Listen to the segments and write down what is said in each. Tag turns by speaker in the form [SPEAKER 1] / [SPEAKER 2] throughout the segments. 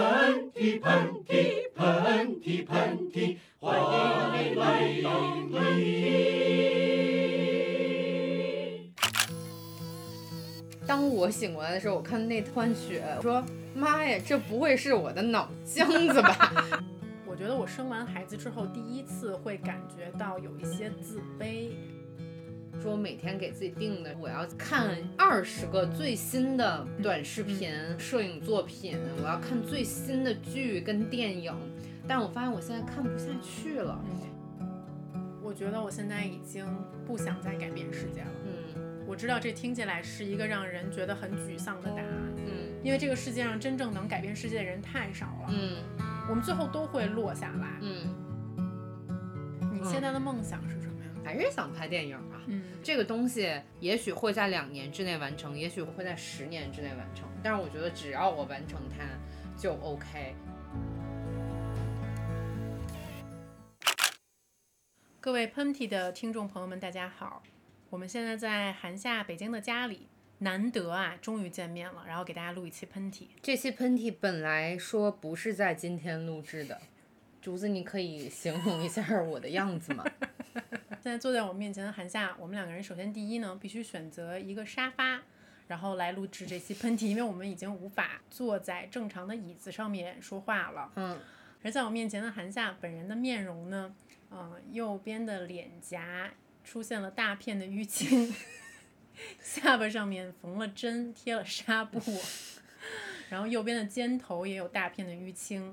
[SPEAKER 1] 嚏喷嚏喷嚏喷嚏，欢迎你来当喷嚏。
[SPEAKER 2] 当我醒过来的时候，我看那团雪，我说妈呀，这不会是我的脑浆子吧？
[SPEAKER 3] 我觉得我生完孩子之后，第一次会感觉到有一些自卑。
[SPEAKER 2] 说我每天给自己定的，我要看二十个最新的短视频、摄影作品，我要看最新的剧跟电影。但我发现我现在看不下去了，
[SPEAKER 3] 我觉得我现在已经不想再改变世界了。
[SPEAKER 2] 嗯
[SPEAKER 3] 我知道这听起来是一个让人觉得很沮丧的答案，
[SPEAKER 2] 嗯
[SPEAKER 3] 因为这个世界上真正能改变世界的人太少了。
[SPEAKER 2] 嗯
[SPEAKER 3] 我们最后都会落下来。
[SPEAKER 2] 嗯，
[SPEAKER 3] 你现在的梦想是什么呀？
[SPEAKER 2] 还是想拍电影啊。
[SPEAKER 3] 嗯，
[SPEAKER 2] 这个东西也许会在两年之内完成，也许会在十年之内完成，但是我觉得只要我完成它就 OK。
[SPEAKER 3] 各位喷嚏的听众朋友们，大家好，我们现在在韩夏北京的家里，难得啊，终于见面了，然后给大家录一期喷嚏。
[SPEAKER 2] 这期喷嚏本来说不是在今天录制的，竹子，你可以形容一下我的样子吗？
[SPEAKER 3] 现在坐在我面前的韩夏，我们两个人首先第一呢，必须选择一个沙发，然后来录制这期喷嚏，因为我们已经无法坐在正常的椅子上面说话了。
[SPEAKER 2] 嗯，
[SPEAKER 3] 而在我面前的韩夏本人的面容呢，嗯、右边的脸颊出现了大片的淤青， 下巴上面缝了针，贴了纱布， 然后右边的肩头也有大片的淤青，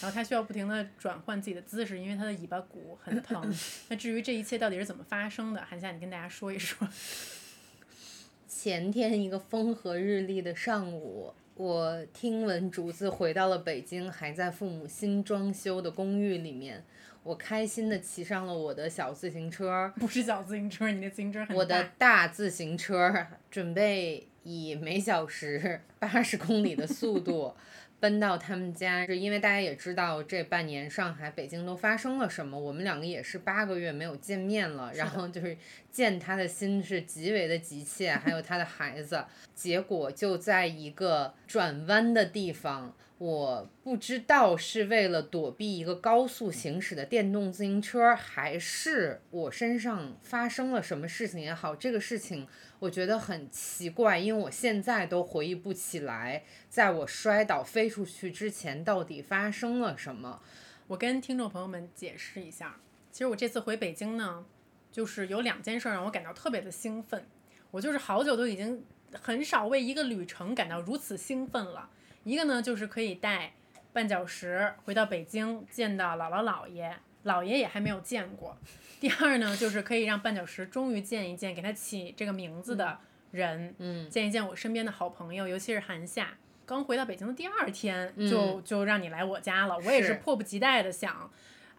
[SPEAKER 3] 然后他需要不停的转换自己的姿势，因为他的尾巴骨很疼。那至于这一切到底是怎么发生的，韩夏你跟大家说一说。
[SPEAKER 2] 前天一个风和日丽的上午，我听闻竹子回到了北京，还在父母新装修的公寓里面，我开心的骑上了我的小自行车，
[SPEAKER 3] 不是小自行车，你那自行车很
[SPEAKER 2] 我
[SPEAKER 3] 大
[SPEAKER 2] 的大自行车准备以每小时八十公里的速 度奔到他们家，是因为大家也知道这半年上海、北京都发生了什么，我们两个也是八个月没有见面了，然后就是见他的心是极为的急切，还有他的孩子，结果就在一个转弯的地方。我不知道是为了躲避一个高速行驶的电动自行车，还是我身上发生了什么事情也好，这个事情我觉得很奇怪，因为我现在都回忆不起来，在我摔倒飞出去之前到底发生了什么。
[SPEAKER 3] 我跟听众朋友们解释一下，其实我这次回北京呢，就是有两件事儿让我感到特别的兴奋。我就是好久都已经很少为一个旅程感到如此兴奋了。一个呢，就是可以带绊脚石回到北京，见到姥姥姥爷，姥爷也还没有见过。第二呢，就是可以让绊脚石终于见一见给他起这个名字的人，
[SPEAKER 2] 嗯，
[SPEAKER 3] 见一见我身边的好朋友，尤其是韩夏。刚回到北京的第二天，
[SPEAKER 2] 嗯
[SPEAKER 3] 就就让你来我家了，我也是
[SPEAKER 2] 是
[SPEAKER 3] 迫不及待的想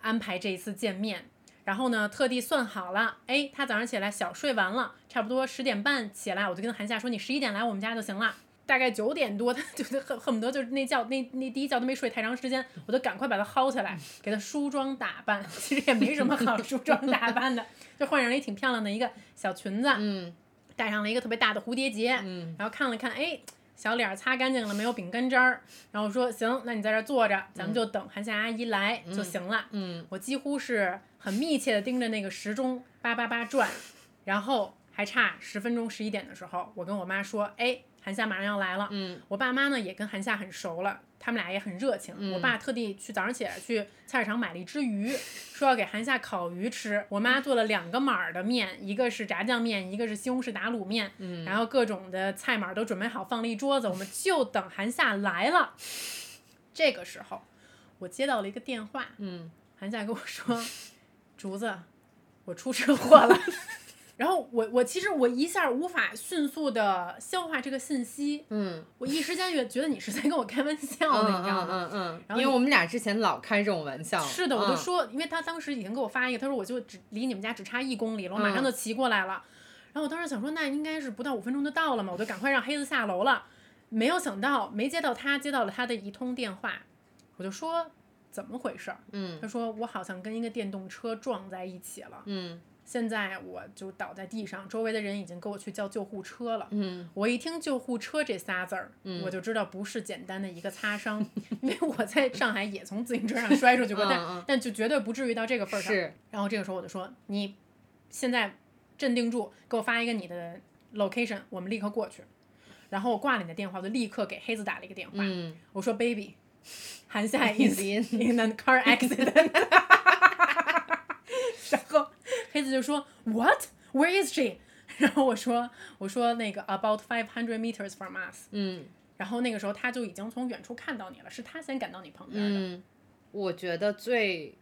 [SPEAKER 3] 安排这一次见面。然后呢，特地算好了，哎，他早上起来小睡完了，差不多十点半起来，我就跟韩夏说，你十一点来我们家就行了。大概九点多，他 就恨恨不得就是那觉那那第一觉都没睡太长时间，我就赶快把他薅 起来，给他梳妆打扮。其实也没什么好梳妆打扮 的，就换上了一挺漂亮的一个小裙子，
[SPEAKER 2] 嗯
[SPEAKER 3] 戴上了一个特别大的蝴蝶结，
[SPEAKER 2] 嗯
[SPEAKER 3] 然后看了看，哎，小脸儿擦干净了，没有饼干渣儿。然后说行，那你在这儿坐着，咱们就等韩夏阿姨来、就行了。
[SPEAKER 2] 嗯，
[SPEAKER 3] 我几乎是很密切的盯着那个时钟叭叭叭转，然后还差十分钟十一点的时候，我跟我妈说，哎，韩夏马上要来了。
[SPEAKER 2] 嗯，
[SPEAKER 3] 我爸妈呢也跟韩夏很熟了，他们俩也很热情。
[SPEAKER 2] 嗯
[SPEAKER 3] 我爸特地去早上起来去菜市场买了一只鱼， 说要给韩夏烤鱼吃。我妈做了两个码儿的面，一个是炸酱面，一个是西红柿打卤面，嗯、然后各种的菜码儿都准备好，放了一桌子，我们就等韩夏来了。这个时候，我接到了一个电话，
[SPEAKER 2] 嗯，
[SPEAKER 3] 韩夏跟我说：“ 竹子，我出车祸 了。”然后我我其实我一下无法迅速的消化这个信息，
[SPEAKER 2] 嗯，
[SPEAKER 3] 我一时间也觉得你是在跟我开玩笑
[SPEAKER 2] 嗯
[SPEAKER 3] 呢，你知道吗？
[SPEAKER 2] 嗯嗯
[SPEAKER 3] 然
[SPEAKER 2] 嗯，
[SPEAKER 3] 后
[SPEAKER 2] 因为
[SPEAKER 3] 你
[SPEAKER 2] 我们俩之前老开这种玩笑。
[SPEAKER 3] 是的，我就
[SPEAKER 2] 嗯。
[SPEAKER 3] 说，因为他当时已经给我发一个，他说我就只离你们家只差一公里了，我
[SPEAKER 2] 嗯
[SPEAKER 3] 马上就骑过来了。然后我当时想说，那应该是不到五分钟就到了嘛，我就赶快让黑子下楼了。没有想到，没接到他，接到了他的一通电话，我就说怎么回事儿？
[SPEAKER 2] 嗯
[SPEAKER 3] 他说我好像跟一个电动车撞在一起了。
[SPEAKER 2] 嗯
[SPEAKER 3] 现在我就倒在地上，周围的人已经给我去叫救护车了。
[SPEAKER 2] 嗯
[SPEAKER 3] 我一听救护车这仨字儿，我就知道不是简单的一个擦伤，因为我在上海也从自行车上摔出去过，但
[SPEAKER 2] 嗯嗯
[SPEAKER 3] 但就绝对不至于到这个份儿上。
[SPEAKER 2] 是
[SPEAKER 3] 然后这个时候我就说：“你现在镇定住，给我发一个你的 location，我们立刻过去。”然后我挂了你的电话，我就立刻给黑子打了一个电话，
[SPEAKER 2] 嗯
[SPEAKER 3] 我说：“baby，韩 夏
[SPEAKER 2] He's
[SPEAKER 3] is
[SPEAKER 2] in
[SPEAKER 3] in a car accident。”然后黑子就说：“What? Where is she？” 然后我说：“我说那个 about five hundred meters from us。
[SPEAKER 2] 嗯”
[SPEAKER 3] 然后那个时候他就已经从远处看到你了，是他先赶到你旁边的。
[SPEAKER 2] 嗯，我觉得最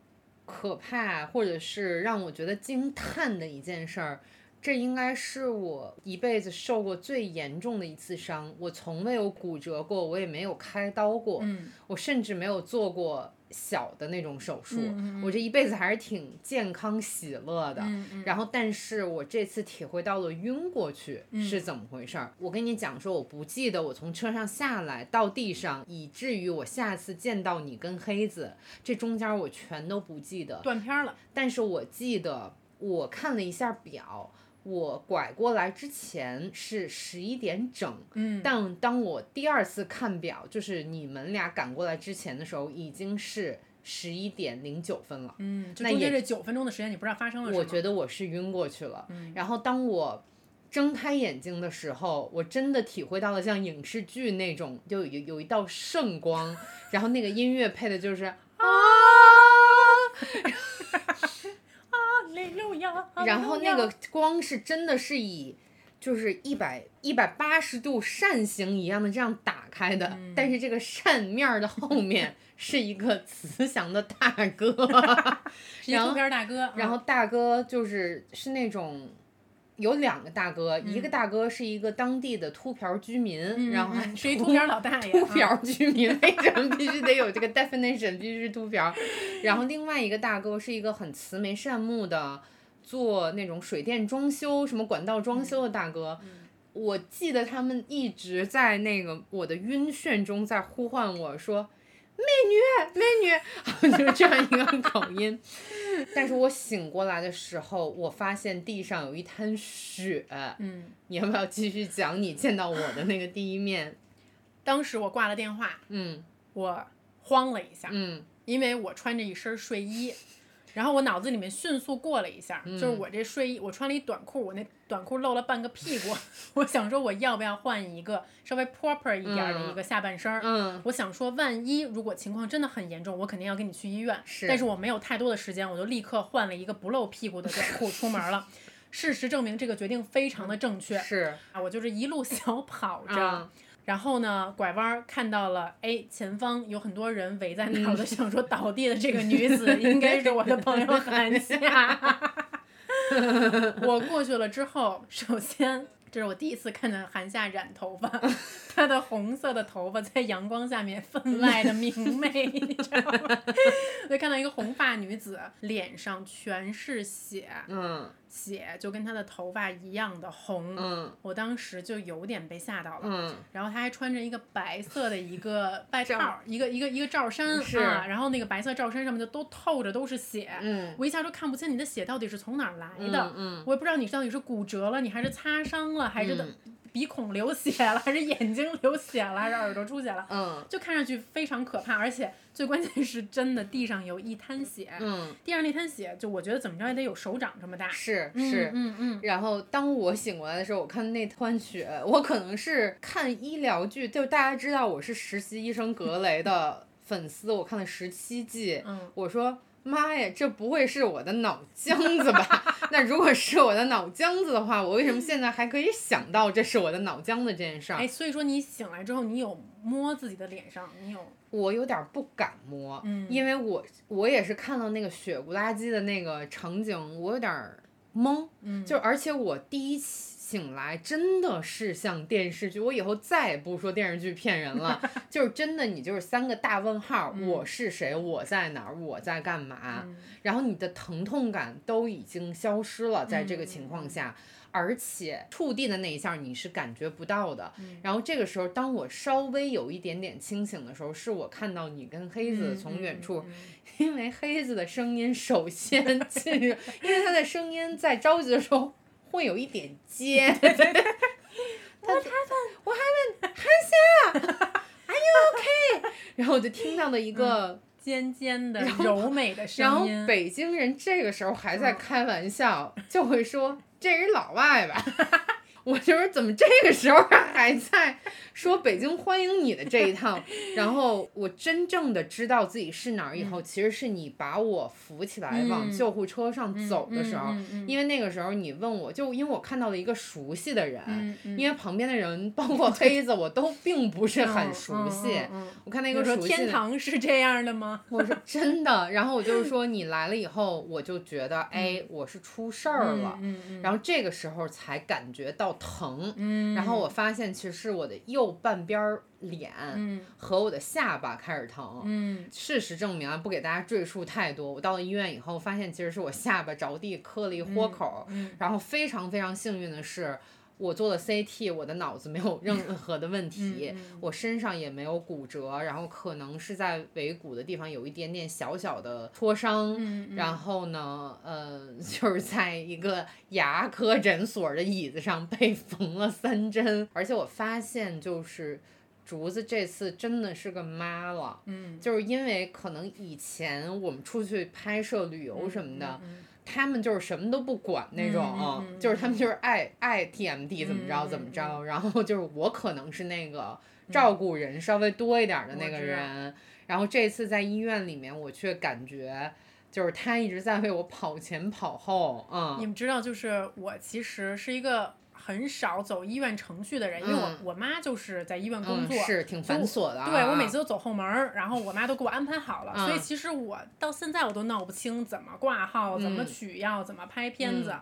[SPEAKER 2] 可怕或者是让我觉得惊叹的一件事儿。这应该是我一辈子受过最严重的一次伤，我从未有骨折过，我也没有开刀过，
[SPEAKER 3] 嗯
[SPEAKER 2] 我甚至没有做过小的那种手术，
[SPEAKER 3] 嗯嗯嗯
[SPEAKER 2] 我这一辈子还是挺健康喜乐的。
[SPEAKER 3] 嗯嗯
[SPEAKER 2] 然后，但是我这次体会到了晕过去
[SPEAKER 3] 嗯
[SPEAKER 2] 是怎么回事儿。我跟你讲说，我不记得我从车上下来到地上，以至于我下次见到你跟黑子，这中间我全都不记得。
[SPEAKER 3] 断片儿了。
[SPEAKER 2] 但是我记得我看了一下表，我拐过来之前是十一点整，
[SPEAKER 3] 嗯，
[SPEAKER 2] 但当我第二次看表，就是你们俩赶过来之前的时候，已经是十一点零九分了。
[SPEAKER 3] 嗯，就
[SPEAKER 2] 那
[SPEAKER 3] 中间
[SPEAKER 2] 也
[SPEAKER 3] 这九分钟的时间，你不知道发生了什么。
[SPEAKER 2] 我觉得我是晕过去了。
[SPEAKER 3] 嗯
[SPEAKER 2] 然后当我睁开眼睛的时候，我真的体会到了像影视剧那种，就有有一道圣光，然后那个音乐配的就是啊，
[SPEAKER 3] 哈利路亚，哈利
[SPEAKER 2] 然后
[SPEAKER 3] 路
[SPEAKER 2] 那
[SPEAKER 3] 亚
[SPEAKER 2] 个光是真的是以。就是一百一百八十度扇形一样的这样打开的，
[SPEAKER 3] 嗯
[SPEAKER 2] 但是这个扇面儿的后 面是一个慈祥的大哥，
[SPEAKER 3] 是一
[SPEAKER 2] 然后
[SPEAKER 3] 秃边儿大哥，
[SPEAKER 2] 然后大哥就是是那种有两个大哥，一个大哥是一个当地的秃瓢居民，
[SPEAKER 3] 嗯
[SPEAKER 2] 然后
[SPEAKER 3] 嗯
[SPEAKER 2] 还
[SPEAKER 3] 是一
[SPEAKER 2] 秃
[SPEAKER 3] 秃边儿老大爷，
[SPEAKER 2] 秃
[SPEAKER 3] 啊
[SPEAKER 2] 瓢居民，为什么必须得有这个 definition，必须是秃瓢？然后另外一个大哥是一个很慈眉善目的，做那种水电装修、什么管道装修的大哥。嗯我记得他们一直在那个我的晕眩中在呼唤我说：“美女， 美女！”就是这样一个口音。但是我醒过来的时候，我发现地上有一滩血。
[SPEAKER 3] 嗯，
[SPEAKER 2] 你要不要继续讲你见到我的那个第一面？
[SPEAKER 3] 当时我挂了电话，
[SPEAKER 2] 嗯
[SPEAKER 3] 我慌了一下，
[SPEAKER 2] 嗯。
[SPEAKER 3] 因为我穿着一身睡衣。然后我脑子里面迅速过了一下，就是我这睡衣，我穿了一短裤，我那短裤露了半个屁股， 我想说我要不要换一个稍微 proper 一点儿的一个下半身儿，
[SPEAKER 2] 嗯
[SPEAKER 3] 我想说，万一如果情况真的很严重，我肯定要跟你去医院。
[SPEAKER 2] 是
[SPEAKER 3] 但是我没有太多的时间，我就立刻换了一个不露屁股的短裤出门了。事实证明，这个决定非常的正确，
[SPEAKER 2] 是
[SPEAKER 3] 啊！我就是一路 小跑着，
[SPEAKER 2] 啊，
[SPEAKER 3] 然后呢，拐弯儿看到了，哎，前方有很多人围在那儿，我就想说，倒地的这个女子应该是我的朋友韩夏。我过去了之后，首先这是我第一次看见韩夏染头发，她的红色的头发在阳光下面分外的明媚，你知道吗？ 我就看到一个红发女子，脸上全是血，
[SPEAKER 2] 嗯
[SPEAKER 3] 血就跟她的头发一样的红。
[SPEAKER 2] 嗯
[SPEAKER 3] 我当时就有点被吓到了。
[SPEAKER 2] 嗯，
[SPEAKER 3] 然后他还穿着一个白色的一个外
[SPEAKER 2] 罩
[SPEAKER 3] 套，一个一个一个罩衫
[SPEAKER 2] 嗯是
[SPEAKER 3] 啊，然后那个白色罩衫上面就都透着都是血，
[SPEAKER 2] 嗯
[SPEAKER 3] 我一下都看不清你的血到底是从哪儿来的，
[SPEAKER 2] 嗯
[SPEAKER 3] 我也不知道你到底是骨折了，你还是擦伤了，还是的
[SPEAKER 2] 嗯
[SPEAKER 3] 鼻孔流血了，还是眼睛流血了，还是耳朵出血了，
[SPEAKER 2] 嗯
[SPEAKER 3] 就看上去非常可怕，而且最关键是真的地上有一滩血，
[SPEAKER 2] 嗯，
[SPEAKER 3] 地上那滩血就我觉得怎么着也得有手掌这么大，
[SPEAKER 2] 是
[SPEAKER 3] 嗯
[SPEAKER 2] 是。
[SPEAKER 3] 嗯嗯，
[SPEAKER 2] 然后当我醒过来的时候，我看那滩血，我可能是看医疗剧，就大家知道我是实习医生格雷 的粉丝，我看了十七季，
[SPEAKER 3] 嗯
[SPEAKER 2] 我说。妈呀，这不会是我的脑浆子吧？ 那如果是我的脑浆子的话，我为什么现在还可以想到这是我的脑浆子这件事儿？
[SPEAKER 3] 哎，所以说你醒来之后，你有摸自己的脸上，你有。
[SPEAKER 2] 我有点儿不敢摸，
[SPEAKER 3] 嗯
[SPEAKER 2] 因为我我也是看到那个血不拉几的那个场景，我有点儿懵，
[SPEAKER 3] 嗯
[SPEAKER 2] 就而且我第一醒来真的是像电视剧，我以后再也不说电视剧骗人 了，就是真的你就是三个大问号，
[SPEAKER 3] 嗯
[SPEAKER 2] 我是谁，我在哪儿，我在干嘛，
[SPEAKER 3] 嗯
[SPEAKER 2] 然后你的疼痛感都已经消失了，在这个
[SPEAKER 3] 嗯
[SPEAKER 2] 情况下，而且触地的那一下你是感觉不到的。
[SPEAKER 3] 嗯
[SPEAKER 2] 然后这个时候，当我稍微有一点点清醒的时候，是我看到你跟黑子从远处，
[SPEAKER 3] 嗯嗯嗯
[SPEAKER 2] 因为黑子的声音首先进入，因为他的声音在着急的时候会有一点尖。他 What happened? What happened? 韩夏，Are you okay？然后我就听到了一个，
[SPEAKER 3] 尖尖的
[SPEAKER 2] 然后
[SPEAKER 3] 柔美的
[SPEAKER 2] 然后
[SPEAKER 3] 声音，
[SPEAKER 2] 北京人这个时候还在
[SPEAKER 3] 嗯
[SPEAKER 2] 开玩笑，就会说这是老外吧。 我就是怎么这个时候还在说北京欢迎你的这一套， 然后我真正的知道自己是哪儿以后，其实是你把我扶起来往
[SPEAKER 3] 嗯
[SPEAKER 2] 救护车上走的时候，
[SPEAKER 3] 嗯嗯
[SPEAKER 2] 因为那个时候你问我就因为我看到了一个熟悉的人，
[SPEAKER 3] 嗯嗯
[SPEAKER 2] 因为旁边的人包括黑子我都并不是很熟悉，
[SPEAKER 3] 嗯嗯嗯嗯
[SPEAKER 2] 我看到一
[SPEAKER 3] 那个
[SPEAKER 2] 个
[SPEAKER 3] 说
[SPEAKER 2] 熟悉
[SPEAKER 3] 天
[SPEAKER 2] 的。
[SPEAKER 3] 堂是这样的吗？
[SPEAKER 2] 我 说真的，然后我就是说你来了以后，我就觉得哎，我是出事儿了，
[SPEAKER 3] 嗯嗯，
[SPEAKER 2] 然后这个时候才感觉到疼，
[SPEAKER 3] 嗯，
[SPEAKER 2] 然后我发现其实是我的右半边儿脸
[SPEAKER 3] 嗯
[SPEAKER 2] 和我的下巴开始疼。
[SPEAKER 3] 嗯
[SPEAKER 2] 事实证明啊，不给大家赘述太多。我到了医院以后，发现其实是我下巴着地磕了一豁口儿，
[SPEAKER 3] 嗯
[SPEAKER 2] 然后非常非常幸运的是，我做了 CT，我的脑子没有任何的问题。
[SPEAKER 3] 嗯嗯
[SPEAKER 2] 我身上也没有骨折，然后可能是在尾骨的地方有一点点小小的挫伤，
[SPEAKER 3] 嗯
[SPEAKER 2] 然后呢，呃， 就是在一个牙科诊所的椅子上被缝了三针，而且我发现就是竹子这次真的是个妈了。
[SPEAKER 3] 嗯，
[SPEAKER 2] 就是因为可能以前我们出去拍摄、旅游什么的，
[SPEAKER 3] 嗯
[SPEAKER 2] 他们就是什么都不管那种，啊
[SPEAKER 3] 嗯嗯嗯
[SPEAKER 2] 就是他们就是爱爱 TMD 怎么着
[SPEAKER 3] 嗯
[SPEAKER 2] 怎么
[SPEAKER 3] 嗯
[SPEAKER 2] 着，然后就是我可能是那个照顾人稍微多一点儿的那个
[SPEAKER 3] 我知道
[SPEAKER 2] 人，然后这次在医院里面，我却感觉就是他一直在为我跑前跑后，
[SPEAKER 3] 你
[SPEAKER 2] 嗯
[SPEAKER 3] 们知道，就是我其实是一个很少走医院程序的人，因为我
[SPEAKER 2] 嗯
[SPEAKER 3] 我妈就是在医院工
[SPEAKER 2] 嗯
[SPEAKER 3] 作，
[SPEAKER 2] 是挺繁琐的、啊，
[SPEAKER 3] 对我每次都走后门儿，然后我妈都给我安排好了，
[SPEAKER 2] 嗯
[SPEAKER 3] 所以其实我到现在我都闹不清怎么挂号、怎
[SPEAKER 2] 嗯
[SPEAKER 3] 么取药、怎么拍片子。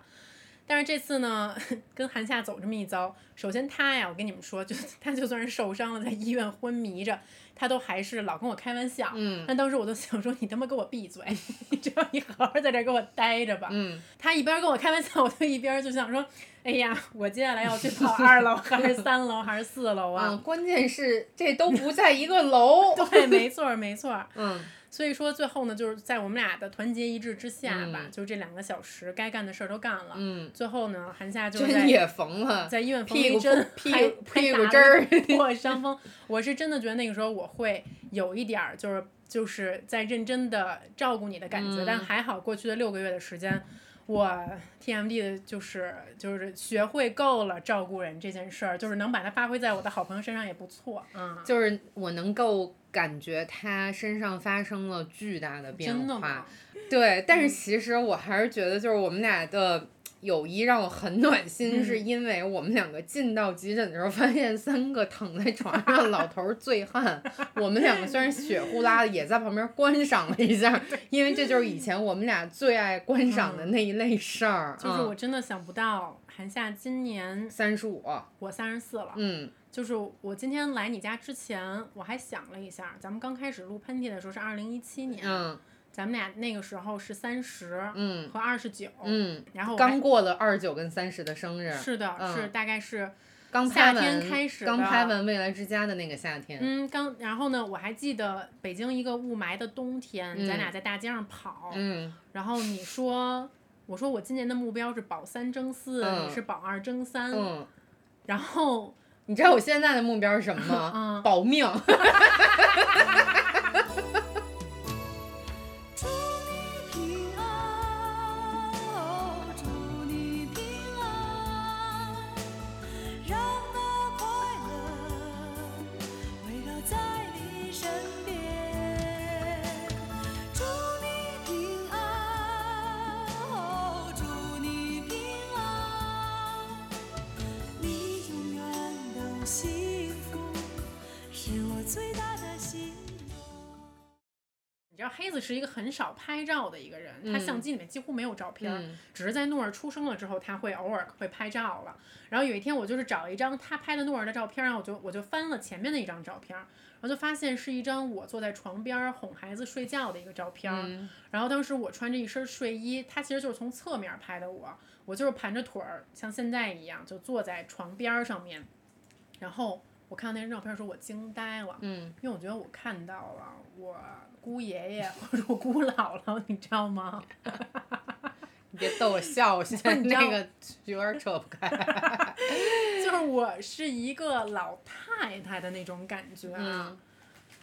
[SPEAKER 3] 但是这次呢， 跟韩夏走这么一遭，首先她呀，我跟你们说，就她就算是受伤了，在医院昏迷着，她都还是老跟我开玩笑。
[SPEAKER 2] 嗯
[SPEAKER 3] 但当时我都想说，你他妈给我闭嘴， 你只要你好好在这儿给我待着吧。
[SPEAKER 2] 嗯
[SPEAKER 3] 他一边跟我开玩笑，我就一边就想说，哎呀，我接下来要去跑二楼还是三楼还是四楼
[SPEAKER 2] 啊，
[SPEAKER 3] 啊？
[SPEAKER 2] 关键是这都不在一个 楼，
[SPEAKER 3] 对，没错儿没错儿。
[SPEAKER 2] 嗯
[SPEAKER 3] 所以说最后呢，就是在我们俩的团结一致之下吧，
[SPEAKER 2] 嗯
[SPEAKER 3] 就这两个小时该干的事儿都干了。
[SPEAKER 2] 嗯，
[SPEAKER 3] 最后呢，韩夏就
[SPEAKER 2] 针
[SPEAKER 3] 在
[SPEAKER 2] 也缝了，
[SPEAKER 3] 在医院缝了
[SPEAKER 2] 屁
[SPEAKER 3] 一
[SPEAKER 2] 股
[SPEAKER 3] 针，
[SPEAKER 2] 屁
[SPEAKER 3] 还
[SPEAKER 2] 股屁股
[SPEAKER 3] 还打
[SPEAKER 2] 针
[SPEAKER 3] 了
[SPEAKER 2] 儿
[SPEAKER 3] 一，破伤风。我是真的觉得那个时候我会有一点儿就是就是在认真的照顾你的感觉，
[SPEAKER 2] 嗯
[SPEAKER 3] 但还好过去的六个月的时间。我 TMD 的就是就是学会够了照顾人这件事儿，就是能把它发挥在我的好朋友身上也不错啊。
[SPEAKER 2] 就是我能够感觉他身上发生了巨大的变
[SPEAKER 3] 真的
[SPEAKER 2] 化
[SPEAKER 3] 吗，？
[SPEAKER 2] 对。但
[SPEAKER 3] 嗯
[SPEAKER 2] 是其实我还是觉得，就是我们俩的友谊让我很暖心，
[SPEAKER 3] 嗯
[SPEAKER 2] 是因为我们两个进到急诊的时候，发现三个躺在床上的老头儿醉汉，我们两个虽然血呼啦的，也在旁边观赏了一下，因为这就是以前我们俩最爱观赏的那一类事儿。
[SPEAKER 3] 嗯
[SPEAKER 2] 啊
[SPEAKER 3] 就是我真的想不到，韩夏今年
[SPEAKER 2] 三十五，
[SPEAKER 3] 我三十四了。
[SPEAKER 2] 嗯
[SPEAKER 3] 就是我今天来你家之前，我还想了一下，咱们刚开始录喷嚏的时候是二零一七年，
[SPEAKER 2] 嗯
[SPEAKER 3] 咱们俩那个时候是三十
[SPEAKER 2] 嗯
[SPEAKER 3] 和二十九，
[SPEAKER 2] 嗯，
[SPEAKER 3] 然后我还
[SPEAKER 2] 刚过了二十九跟三十的生日，
[SPEAKER 3] 是的，
[SPEAKER 2] 嗯
[SPEAKER 3] 是大概是
[SPEAKER 2] 刚拍
[SPEAKER 3] 夏
[SPEAKER 2] 完
[SPEAKER 3] 天开始的
[SPEAKER 2] 刚拍完《未来之家》的那个夏天，
[SPEAKER 3] 嗯刚，然后呢，我还记得北京一个雾霾的冬天，
[SPEAKER 2] 嗯
[SPEAKER 3] 咱俩在大街上跑，
[SPEAKER 2] 嗯
[SPEAKER 3] 然后你说。我说我今年的目标是保三争四，
[SPEAKER 2] 嗯
[SPEAKER 3] 你是保二争三，
[SPEAKER 2] 嗯，
[SPEAKER 3] 然后
[SPEAKER 2] 你知道我现在的目标是什么吗？
[SPEAKER 3] 嗯
[SPEAKER 2] 保命。
[SPEAKER 4] 祝你平安，哦，祝你平安，让那快乐围绕在你身边。祝你平安，哦，祝你平安，你永远都幸福，是我最大的幸福。
[SPEAKER 3] 你知道黑子是一个很少拍照的一个人，
[SPEAKER 2] 嗯
[SPEAKER 3] 他相机里面几乎没有照片，
[SPEAKER 2] 嗯
[SPEAKER 3] 只是在诺儿出生了之后，他会偶尔会拍照了。然后有一天我就是找一张他拍的诺儿的照片，然后我就我就翻了前面的一张照片，然后就发现是一张我坐在床边儿哄孩子睡觉的一个照片儿。
[SPEAKER 2] 嗯
[SPEAKER 3] 然后当时我穿着一身睡衣，他其实就是从侧面拍的我，我就是盘着腿儿，像现在一样就坐在床边儿上面。然后我看到那张照片儿的时候，我惊呆了，
[SPEAKER 2] 嗯，
[SPEAKER 3] 因为我觉得我看到了我姑爷爷 或者我姑姥姥，你知道吗？
[SPEAKER 2] 你别逗我笑，我现 在
[SPEAKER 3] 哦你知道
[SPEAKER 2] 那个有点扯不开。
[SPEAKER 3] 就是我是一个老太太的那种感觉啊。
[SPEAKER 2] 嗯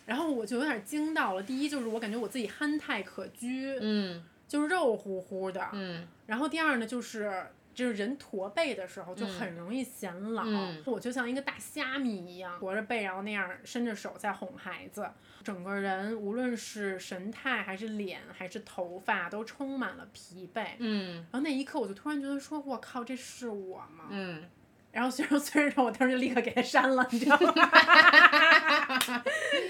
[SPEAKER 3] 然后我就有点惊到了，第一就是我感觉我自己憨态可掬，
[SPEAKER 2] 嗯
[SPEAKER 3] 就是肉乎乎的，
[SPEAKER 2] 嗯
[SPEAKER 3] 然后第二呢，就是就是人驼背的时候就很容易显老，
[SPEAKER 2] 嗯
[SPEAKER 3] 我就像一个大虾米一样驼着背，然后那样伸着手在哄孩子，整个人无论是神态还是脸还是头发都充满了疲惫。
[SPEAKER 2] 嗯
[SPEAKER 3] 然后那一刻，我就突然觉得说，我靠，这是我吗？
[SPEAKER 2] 嗯，
[SPEAKER 3] 然后虽然虽然我当时就立刻给他删了，你知道吗？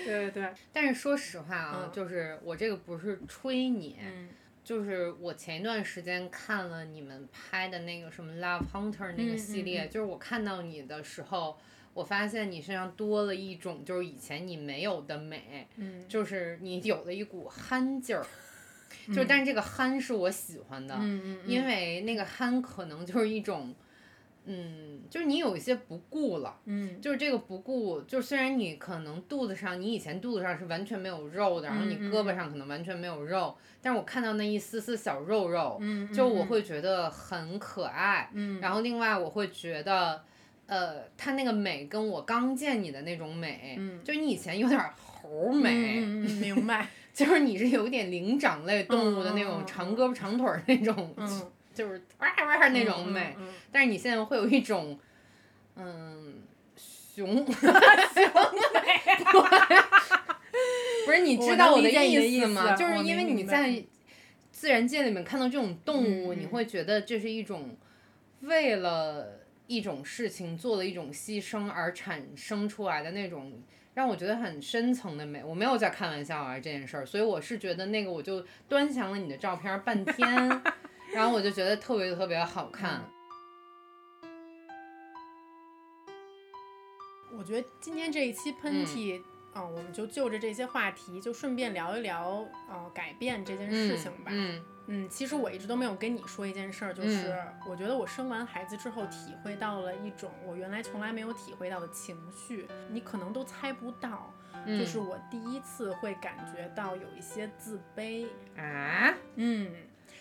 [SPEAKER 3] 对对对，
[SPEAKER 2] 但是说实话啊，
[SPEAKER 3] 嗯
[SPEAKER 2] 就是我这个不是吹你，
[SPEAKER 3] 嗯
[SPEAKER 2] 就是我前一段时间看了你们拍的那个什么《Love Hunter》那个系列，
[SPEAKER 3] 嗯嗯
[SPEAKER 2] 就是我看到你的时候，我发现你身上多了一种就是以前你没有的美，
[SPEAKER 3] 嗯
[SPEAKER 2] 就是你有了一股憨劲 儿，就是但是这个憨是我喜欢的，
[SPEAKER 3] 嗯嗯嗯，
[SPEAKER 2] 因
[SPEAKER 3] 为
[SPEAKER 2] 为那个憨可能就是一种，嗯，就是你有一些不顾了。
[SPEAKER 3] 嗯
[SPEAKER 2] 就是这个不顾，就是虽然你可能肚子上，你以前肚子上是完全没有肉的，然后你
[SPEAKER 3] 嗯嗯
[SPEAKER 2] 胳膊上可能完全没有肉，但是我看到那一丝丝小肉肉，
[SPEAKER 3] 嗯，
[SPEAKER 2] 就我会觉得很可爱。
[SPEAKER 3] 嗯，
[SPEAKER 2] 然后另外我会觉得，呃，它那个美跟我刚见你的那种美，
[SPEAKER 3] 嗯
[SPEAKER 2] 就是你以前有点猴美，
[SPEAKER 3] 嗯 嗯嗯明白，
[SPEAKER 2] 就是你是有点灵长类动物的那
[SPEAKER 3] 嗯嗯嗯
[SPEAKER 2] 种
[SPEAKER 3] 嗯
[SPEAKER 2] 长胳膊长腿儿那种，
[SPEAKER 3] 嗯，
[SPEAKER 2] 就是哇哇那种
[SPEAKER 3] 嗯
[SPEAKER 2] 美。，
[SPEAKER 3] 嗯嗯
[SPEAKER 2] 但是你现在会有一种，嗯， 熊， 不是你
[SPEAKER 3] 我
[SPEAKER 2] 知道
[SPEAKER 3] 能
[SPEAKER 2] 我的
[SPEAKER 3] 理解你的
[SPEAKER 2] 意
[SPEAKER 3] 意
[SPEAKER 2] 思吗？
[SPEAKER 3] 思
[SPEAKER 2] 就是
[SPEAKER 3] 我
[SPEAKER 2] 因为
[SPEAKER 3] 明
[SPEAKER 2] 你
[SPEAKER 3] 白
[SPEAKER 2] 在自然界里面看到这种动物，
[SPEAKER 3] 嗯嗯
[SPEAKER 2] 你会觉得这是一种为了一种事情做了一种牺牲而产生出来的那种。让我觉得很深层的美，我没有在开玩笑啊这件事儿，所以我是觉得那个我就端详了你的照片儿半天， 然后我就觉得特别特别好看。
[SPEAKER 3] 我觉得今天这一期喷嚏，啊、我们就就着这些话题，就顺便聊一聊，呃，改变这件事情吧。
[SPEAKER 2] 嗯
[SPEAKER 3] 嗯其实我一直都没有跟你说一件事儿，就是、我觉得我生完孩子之后，体会到了一种我原来从来没有体会到的情绪，你可能都猜不到。
[SPEAKER 2] 嗯，
[SPEAKER 3] 就是我第一次会感觉到有一些自卑，
[SPEAKER 2] 啊，
[SPEAKER 3] 嗯，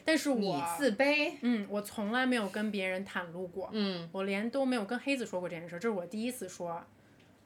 [SPEAKER 3] 但是我
[SPEAKER 2] 你自卑，
[SPEAKER 3] 嗯，我从来没有跟别人袒露过，
[SPEAKER 2] 嗯，
[SPEAKER 3] 我连都没有跟黑子说过这件事儿，这是我第一次说。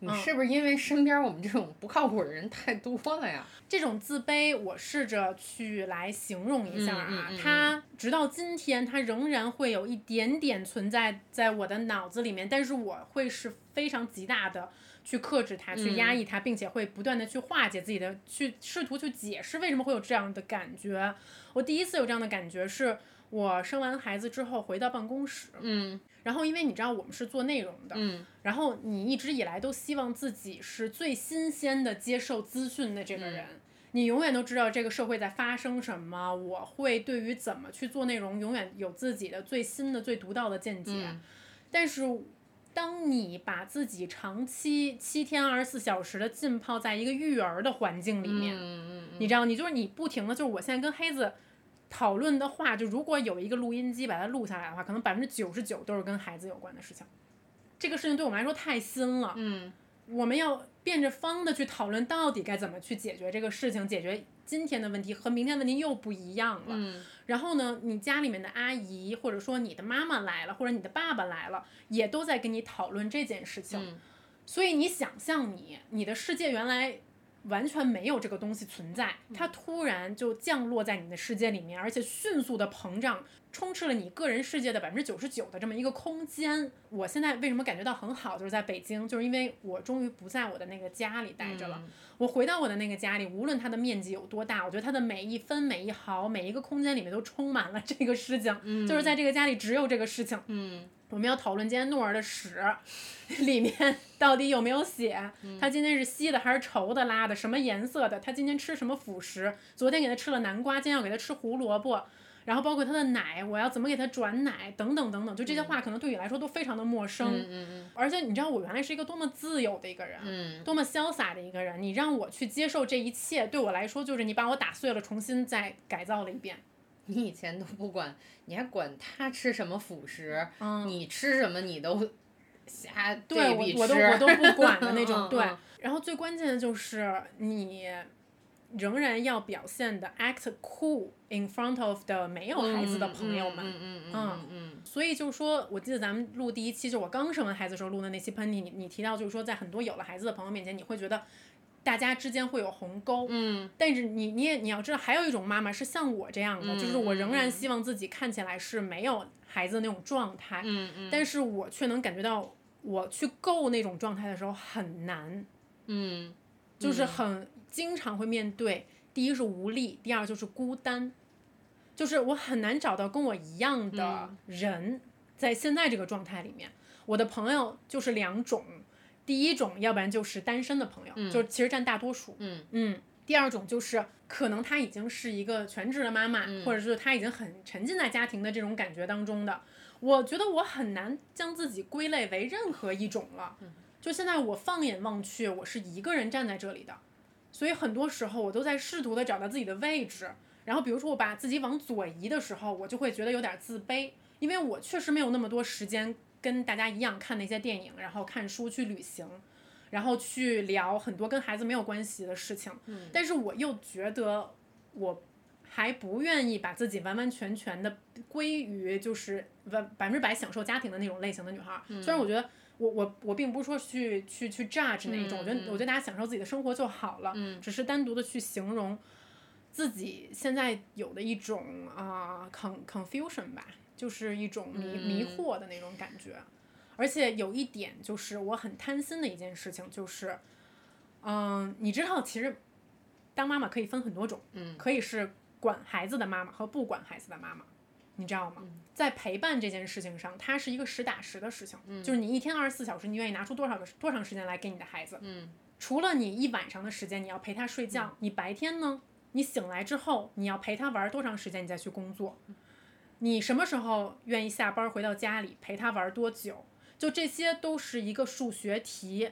[SPEAKER 2] 你
[SPEAKER 3] 嗯
[SPEAKER 2] 是不是因为身边我们这种不靠谱的人太多了呀？
[SPEAKER 3] 这种自卑，我试着去来形容一下啊，
[SPEAKER 2] 嗯嗯嗯嗯
[SPEAKER 3] 它直到今天，它仍然会有一点点存在在我的脑子里面，但是我会是非常极大的去克制它，去
[SPEAKER 2] 嗯
[SPEAKER 3] 压抑它，并且会不断的去化解自己的，去试图去解释为什么会有这样的感觉。我第一次有这样的感觉是。我生完孩子之后回到办公室，
[SPEAKER 2] 嗯
[SPEAKER 3] 然后因为你知道我们是做内容的，
[SPEAKER 2] 嗯
[SPEAKER 3] 然后你一直以来都希望自己是最新鲜的接受资讯的这个人，
[SPEAKER 2] 嗯
[SPEAKER 3] 你永远都知道这个社会在发生什么，我会对于怎么去做内容永远有自己的最新的、最独到的见解。
[SPEAKER 2] 嗯
[SPEAKER 3] 但是，当你把自己长期七天二十四小时的浸泡在一个育儿的环境里面，
[SPEAKER 2] 嗯
[SPEAKER 3] 你知道，你就是你不停的，就是我现在跟黑子讨论的话，就如果有一个录音机把它录下来的话，可能百分之九十九都是跟孩子有关的事情。这个事情对我们来说太新了，
[SPEAKER 2] 嗯
[SPEAKER 3] 我们要变着方的去讨论到底该怎么去解决这个事情，解决今天的问题和明天的问题又不一样了。
[SPEAKER 2] 嗯
[SPEAKER 3] 然后呢，你家里面的阿姨，或者说你的妈妈来了，或者你的爸爸来了，也都在跟你讨论这件事情。
[SPEAKER 2] 嗯
[SPEAKER 3] 所以你想象你，你的世界原来完全没有这个东西存在，它突然就降落在你的世界里面，而且迅速的膨胀，充斥了你个人世界的百分之九十九的这么一个空间。我现在为什么感觉到很好，就是在北京，就是因为我终于不在我的那个家里待着了。我回到我的那个家里，无论它的面积有多大，我觉得它的每一分每一毫每一个空间里面都充满了这个事情，就是在这个家里只有这个事情。
[SPEAKER 2] 嗯
[SPEAKER 3] 我们要讨论今天诺儿的屎 里面到底有没有血，啊
[SPEAKER 2] 嗯
[SPEAKER 3] 他今天是稀的还是稠的拉的，什么颜色的，他今天吃什么辅食，昨天给他吃了南瓜，今天要给他吃胡萝卜。然后包括它的奶，我要怎么给它转奶等等等等，就这些话可能对你来说都非常的陌生。
[SPEAKER 2] 嗯嗯
[SPEAKER 3] 而且你知道我原来是一个多么自由的一个人，啊
[SPEAKER 2] 嗯
[SPEAKER 3] 多么潇洒的一个人，你让我去接受这一切，对我来说就是你把我打碎了，重新再改造了一遍。
[SPEAKER 2] 你以前都不管，你还管他吃什么辅食，
[SPEAKER 3] 嗯，
[SPEAKER 2] 你吃什么你都瞎
[SPEAKER 3] 对
[SPEAKER 2] 比
[SPEAKER 3] 我
[SPEAKER 2] 吃。
[SPEAKER 3] 我都我都不管 的那
[SPEAKER 2] 嗯
[SPEAKER 3] 种。
[SPEAKER 2] 嗯
[SPEAKER 3] 对
[SPEAKER 2] 嗯，
[SPEAKER 3] 然后最关键的就是你仍然要表现的 act cool in front of 的没有孩子的朋友们。
[SPEAKER 2] 嗯嗯嗯
[SPEAKER 3] 嗯
[SPEAKER 2] 嗯嗯
[SPEAKER 3] 所以就说，我记得咱们录第一期，就我刚生完孩子的时候录的那期喷嚏，你你提到就是说，在很多有了孩子的朋友面前，你会觉得大家之间会有鸿沟，
[SPEAKER 2] 嗯
[SPEAKER 3] 但是你你也你要知道，还有一种妈妈是像我这样的，就是我仍
[SPEAKER 2] 嗯嗯
[SPEAKER 3] 然
[SPEAKER 2] 嗯
[SPEAKER 3] 希望自己看起来是没有孩子的那种状态，
[SPEAKER 2] 嗯嗯，
[SPEAKER 3] 但是我却能感觉到，我去够那种状态的时候很难，
[SPEAKER 2] 嗯
[SPEAKER 3] 就是
[SPEAKER 2] 嗯
[SPEAKER 3] 很经常会面对，第一是无力，第二就是孤单，就是我很难找到跟我一样的
[SPEAKER 2] 嗯
[SPEAKER 3] 人，在现在这个状态里面，我的朋友就是两种，第一种要不然就是单身的朋友，
[SPEAKER 2] 嗯
[SPEAKER 3] 就是其实占大多数，
[SPEAKER 2] 嗯
[SPEAKER 3] 嗯，第二种就是可能她已经是一个全职的妈妈，
[SPEAKER 2] 嗯
[SPEAKER 3] 或者是她已经很沉浸在家庭的这种感觉当中的。我觉得我很难将自己归类为任何一种了。就现在我放眼望去，我是一个人站在这里的，所以很多时候我都在试图的找到自己的位置。然后比如说我把自己往左移的时候，我就会觉得有点自卑，因为我确实没有那么多时间跟大家一样看那些电影，然后看书去旅行。然后去聊很多跟孩子没有关系的事情，
[SPEAKER 2] 嗯
[SPEAKER 3] 但是我又觉得我还不愿意把自己完完全全的归于就是百百分之百享受家庭的那种类型的女孩儿。虽然
[SPEAKER 2] 嗯
[SPEAKER 3] 我觉得我我我并不是说去去去 judge 那一种，我觉得
[SPEAKER 2] 嗯嗯
[SPEAKER 3] 我觉得大家享受自己的生活就好了，
[SPEAKER 2] 嗯
[SPEAKER 3] 只是单独的去形容自己现在有的一种啊、con confusion 吧，就是一种迷迷
[SPEAKER 2] 嗯
[SPEAKER 3] 惑的那种感觉。而且有一点就是我很贪心的一件事情，就是，嗯，你知道，其实当妈妈可以分很多种，
[SPEAKER 2] 嗯
[SPEAKER 3] 可以是管孩子的妈妈和不管孩子的妈妈，你知道吗？
[SPEAKER 2] 嗯
[SPEAKER 3] 在陪伴这件事情上，它是一个实打实的事情，
[SPEAKER 2] 嗯
[SPEAKER 3] 就是你一天二十四小时，你愿意拿出多少个多长时间来给你的孩子？
[SPEAKER 2] 嗯
[SPEAKER 3] 除了你一晚上的时间你要陪他睡觉，你白天呢，你醒来之后你要陪他玩多长时间，你再去工作。你什么时候愿意下班回到家里陪他玩多久？就这些都是一个数学题。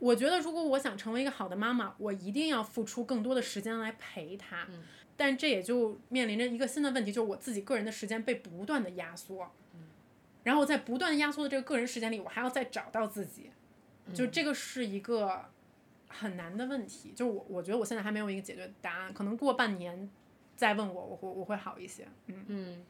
[SPEAKER 3] 我觉得如果我想成为一个好的妈妈，我一定要付出更多的时间来陪他。
[SPEAKER 2] 嗯
[SPEAKER 3] 但这也就面临着一个新的问题，就是我自己个人的时间被不断的压缩。然后我在不断压缩的这个个人时间里，我还要再找到自己，
[SPEAKER 2] 嗯
[SPEAKER 3] 就这个是一个很难的问题。就是我我觉得我现在还没有一个解决答案，可能过半年再问我，我会我会好一些。嗯
[SPEAKER 2] 嗯，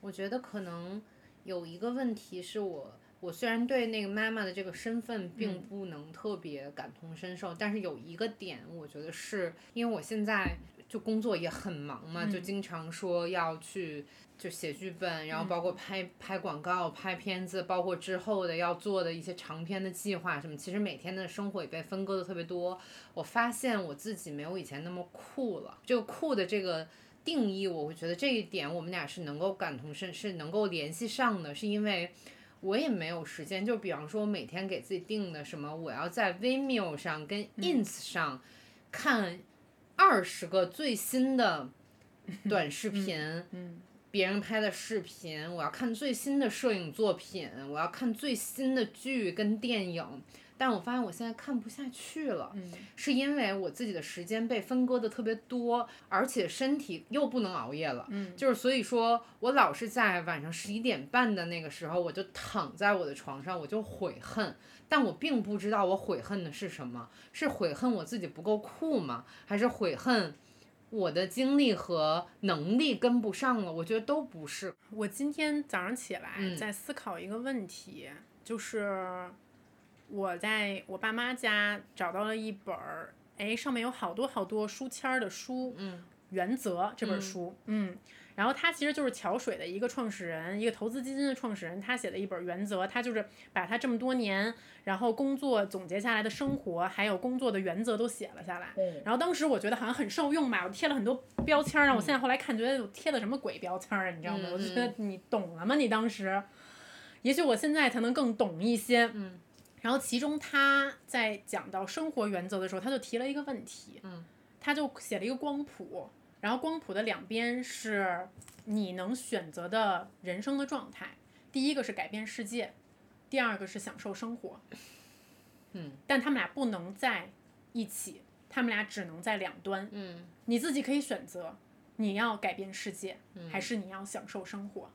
[SPEAKER 2] 我觉得可能有一个问题是我。我虽然对那个妈妈的这个身份并
[SPEAKER 3] 嗯
[SPEAKER 2] 不能特别感同身受，但是有一个点，我觉得是因为我现在就工作也很忙嘛，就
[SPEAKER 3] 嗯
[SPEAKER 2] 经常说要去就写剧本，然后
[SPEAKER 3] 嗯
[SPEAKER 2] 包括拍、拍广告、拍片子，包括之后的要做的一些长篇的计划什么，其实每天的生活也被分割的特别多。我发现我自己没有以前那么酷了，这个酷的这个。定义，我会觉得这一点我们俩是能够感同身，是能够联系上的，是因为我也没有时间。就比方说，我每天给自己定的什么，我要在 Vimeo 上跟
[SPEAKER 3] 嗯
[SPEAKER 2] Ins 上、看二十个最新 的短视频。
[SPEAKER 3] 嗯
[SPEAKER 2] 别人拍的视频，我要看最新的摄影作品，我要看最新的剧跟电影，但我发现我现在看不下去了，
[SPEAKER 3] 嗯
[SPEAKER 2] 是因为我自己的时间被分割的特别多，而且身体又不能熬夜了，
[SPEAKER 3] 嗯
[SPEAKER 2] 就是所以说我老是在晚上十一点半的那个时候，我就躺在我的床上，我就悔恨，但我并不知道我悔恨的是什么，是悔恨我自己不够酷吗？还是悔恨我的精力和能力跟不上了？我觉得都不是。
[SPEAKER 3] 我今天早上起来
[SPEAKER 2] 嗯
[SPEAKER 3] 在思考一个问题，就是我在我爸妈家找到了一本儿，哎，上面有好多好多书签儿的书，
[SPEAKER 2] 嗯
[SPEAKER 3] 原则这本
[SPEAKER 2] 嗯
[SPEAKER 3] 书，嗯然后它其实就是桥水的一个创始人，一个投资基金的创始人，他写的一本原则，他就是把他这么多年，然后工作总结下来的生活，还有工作的原则都写了下来。然后当时我觉得好像很受用吧，我贴了很多标签儿啊，我现在后来看觉得我贴的什么鬼标签儿啊，你知道吗？
[SPEAKER 2] 嗯
[SPEAKER 3] 我就觉得你懂了吗？你当时，也许我现在才能更懂一些。
[SPEAKER 2] 嗯
[SPEAKER 3] 然后其中他在讲到生活原则的时候，他就提了一个问题，
[SPEAKER 2] 嗯
[SPEAKER 3] 他就写了一个光谱，然后光谱的两边是你能选择的人生的状态，第一个是改变世界，第二个是享受生活。
[SPEAKER 2] 嗯，
[SPEAKER 3] 但他们俩不能在一起，他们俩只能在两端。
[SPEAKER 2] 嗯
[SPEAKER 3] 你自己可以选择，你要改变世界，
[SPEAKER 2] 嗯
[SPEAKER 3] 还是你要享受生活？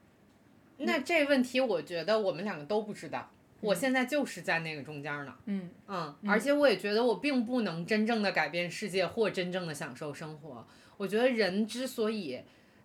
[SPEAKER 2] 那这问题我觉得我们两个都不知道。我现在就是在那个中间呢，
[SPEAKER 3] 嗯
[SPEAKER 2] 嗯，而且我也觉得我并不能真正的改变世界或真正的享受生活。我觉得人之所以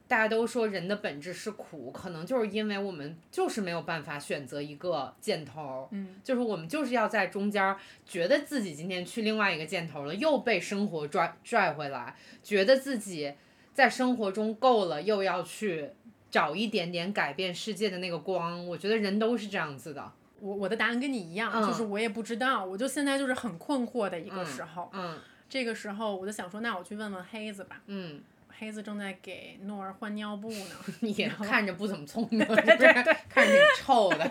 [SPEAKER 2] 大家都说人的本质是苦，可能就是因为我们就是没有办法选择一个箭头，
[SPEAKER 3] 嗯，
[SPEAKER 2] 就是我们就是要在中间儿，觉得自己今天去另外一个箭头了，又被生活拽拽回来，觉得自己在生活中够了，又要去找一点点改变世界的那个光。我觉得人都是这样子的，
[SPEAKER 3] 我我的答案跟你一样，
[SPEAKER 2] 嗯
[SPEAKER 3] 就是我也不知道，我就现在就是很困惑的一个
[SPEAKER 2] 嗯
[SPEAKER 3] 时候。
[SPEAKER 2] 嗯
[SPEAKER 3] 这个时候我就想说，那我去问问黑子吧。
[SPEAKER 2] 嗯，
[SPEAKER 3] 黑子正在给诺儿换尿布呢，
[SPEAKER 2] 也
[SPEAKER 3] 然后
[SPEAKER 2] 看着不怎么 聪明，是不是？看着挺臭的，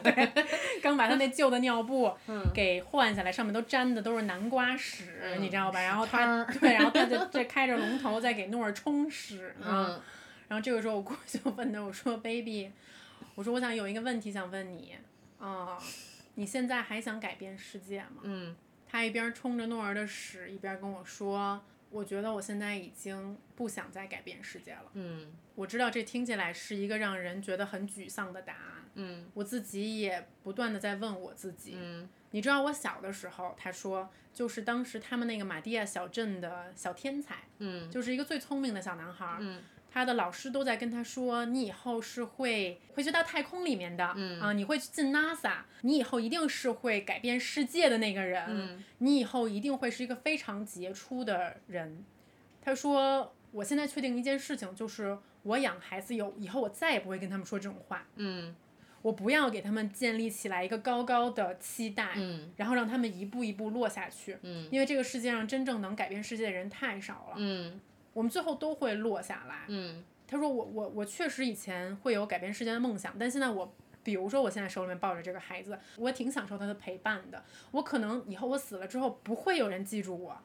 [SPEAKER 3] 刚把他那旧的尿布
[SPEAKER 2] 嗯
[SPEAKER 3] 给换下来，上面都沾的都是南瓜屎，
[SPEAKER 2] 嗯
[SPEAKER 3] 你知道吧？然后
[SPEAKER 2] 汤
[SPEAKER 3] 他
[SPEAKER 2] 儿
[SPEAKER 3] 对，然后他就这开着龙头在给诺儿冲屎呢。
[SPEAKER 2] 嗯
[SPEAKER 3] 然后这个时候我过去就问他，我说：“baby，我说我想有一个问题想问你，啊、你现在还想改变世界吗？”
[SPEAKER 2] 嗯
[SPEAKER 3] 他一边冲着诺儿的屎，一边跟我说：“我觉得我现在已经不想再改变世界了。
[SPEAKER 2] 嗯”
[SPEAKER 3] 我知道这听起来是一个让人觉得很沮丧的答案，
[SPEAKER 2] 嗯
[SPEAKER 3] 我自己也不断的在问我自己。
[SPEAKER 2] 嗯
[SPEAKER 3] 你知道我小的时候，他说就是当时他们那个马蒂亚小镇的小天才，
[SPEAKER 2] 嗯
[SPEAKER 3] 就是一个最聪明的小男孩儿，
[SPEAKER 2] 嗯
[SPEAKER 3] 他的老师都在跟他说，你以后是会会去到太空里面的，
[SPEAKER 2] 嗯
[SPEAKER 3] 啊，你会去进 NASA，你以后一定是会改变世界的那个人，
[SPEAKER 2] 嗯
[SPEAKER 3] 你以后一定会是一个非常杰出的人。他说，我现在确定一件事情，就是我养孩子有以后，我再也不会跟他们说这种话，
[SPEAKER 2] 嗯
[SPEAKER 3] 我不要给他们建立起来一个高高的期待，
[SPEAKER 2] 嗯
[SPEAKER 3] 然后让他们一步一步落下去。
[SPEAKER 2] 嗯
[SPEAKER 3] 因为这个世界上真正能改变世界的人太少了，
[SPEAKER 2] 嗯
[SPEAKER 3] 我们最后都会落下来。
[SPEAKER 2] 嗯
[SPEAKER 3] 他说我我我确实以前会有改变世界的梦想，但现在我，比如说我现在手里面抱着这个孩子，我挺享受他的陪伴的。我可能以后我死了之后不会有人记住我，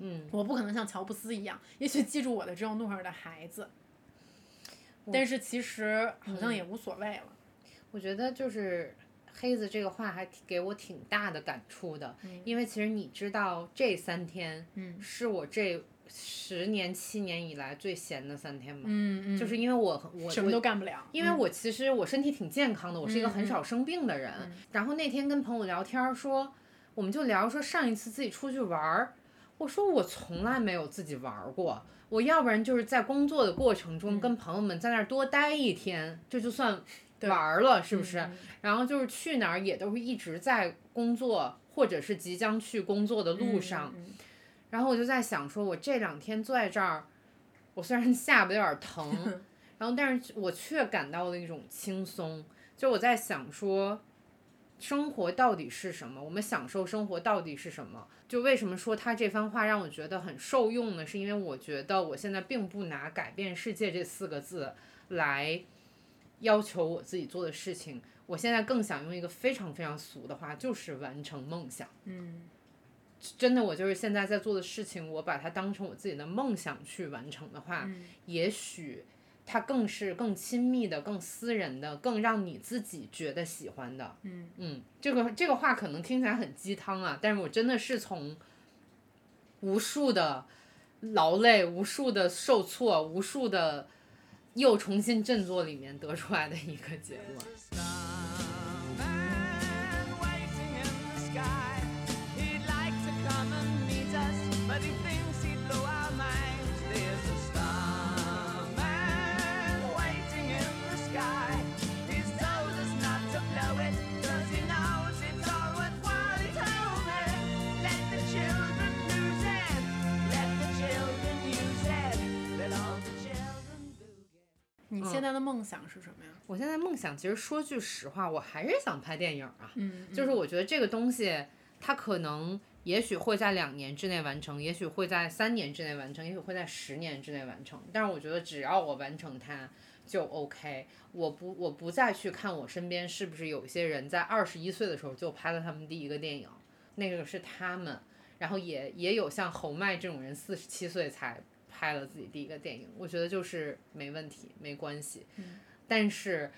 [SPEAKER 2] 嗯，
[SPEAKER 3] 我不可能像乔布斯一样，也许记住我的只有诺尔的孩子。
[SPEAKER 2] 我嗯
[SPEAKER 3] 但是其实好像也无所谓了。
[SPEAKER 2] 我觉得就是黑子这个话还挺给我挺大的感触的，
[SPEAKER 3] 嗯
[SPEAKER 2] 因为其实你知道这三天
[SPEAKER 3] 嗯
[SPEAKER 2] 是我这十年七年以来最闲的三天吗？
[SPEAKER 3] 嗯嗯，
[SPEAKER 2] 就是因为我我
[SPEAKER 3] 什么
[SPEAKER 2] 我
[SPEAKER 3] 都干不了，
[SPEAKER 2] 因为我其实我身体挺健康的，我是一个很
[SPEAKER 3] 嗯
[SPEAKER 2] 少生病的人。
[SPEAKER 3] 嗯
[SPEAKER 2] 然后那天跟朋友聊天儿说，我们就聊说上一次自己出去玩儿，我说我从来没有自己玩儿过，我要不然就是在工作的过程中
[SPEAKER 3] 嗯
[SPEAKER 2] 跟朋友们在那儿多待一天，这就算
[SPEAKER 3] 对
[SPEAKER 2] 玩儿了，是不
[SPEAKER 3] 嗯
[SPEAKER 2] 是？
[SPEAKER 3] 嗯
[SPEAKER 2] 然后就是去哪儿也都是一直在工作或者是即将去工作的路上。
[SPEAKER 3] 嗯嗯嗯
[SPEAKER 2] 然后我就在想，说我这两天坐在这儿，我虽然 下巴有点疼，然后但是我却感到了一种轻松。就我在想说，生活到底是什么？我们享受生活到底是什么？就为什么说他这番话让我觉得很受用呢？是因为我觉得我现在并不拿“改变世界”这四个字来要求我自己做的事情。我现在更想用一个非常非常俗的话，就是完成梦想。
[SPEAKER 3] 嗯
[SPEAKER 2] 真的，我就是现在在做的事情，我把它当成我自己的梦想去完成的话，
[SPEAKER 3] 嗯
[SPEAKER 2] 也许它更是更亲密的、更私人的、更让你自己觉得喜欢的。
[SPEAKER 3] 嗯
[SPEAKER 2] 嗯，这个这个话可能听起来很鸡汤啊，但是我真的是从无数的劳累、无数的受挫、无数的又重新振作里面得出来的一个结论。
[SPEAKER 5] Starman waiting in the sky. He'd like to come and meet us, but he thinks he blew our minds. There's a starman waiting in the sky. He's told us not to blow it, 'cause he knows it's all worthwhile. He told me, let the children lose it, let the children use it, let all the children do it.
[SPEAKER 3] 你
[SPEAKER 2] 嗯
[SPEAKER 3] 现在的梦想是什么呀？
[SPEAKER 2] 我现在梦想，其实说句实话，我还是想拍电影啊。
[SPEAKER 3] 嗯，
[SPEAKER 2] 就是
[SPEAKER 3] 嗯
[SPEAKER 2] 我觉得这个东西，它可能也许会在两年之内完成，也许会在三年之内完成，也许会在十年之内完成。但是我觉得只要我完成它就 OK，我不我不再去看我身边是不是有一些人在二十一岁的时候就拍了他们第一个电影，那个是他们，然后也也有像侯麦这种人四十七岁才。拍了自己第一个电影，我觉得就是没问题，没关系。
[SPEAKER 3] 嗯
[SPEAKER 2] 但是，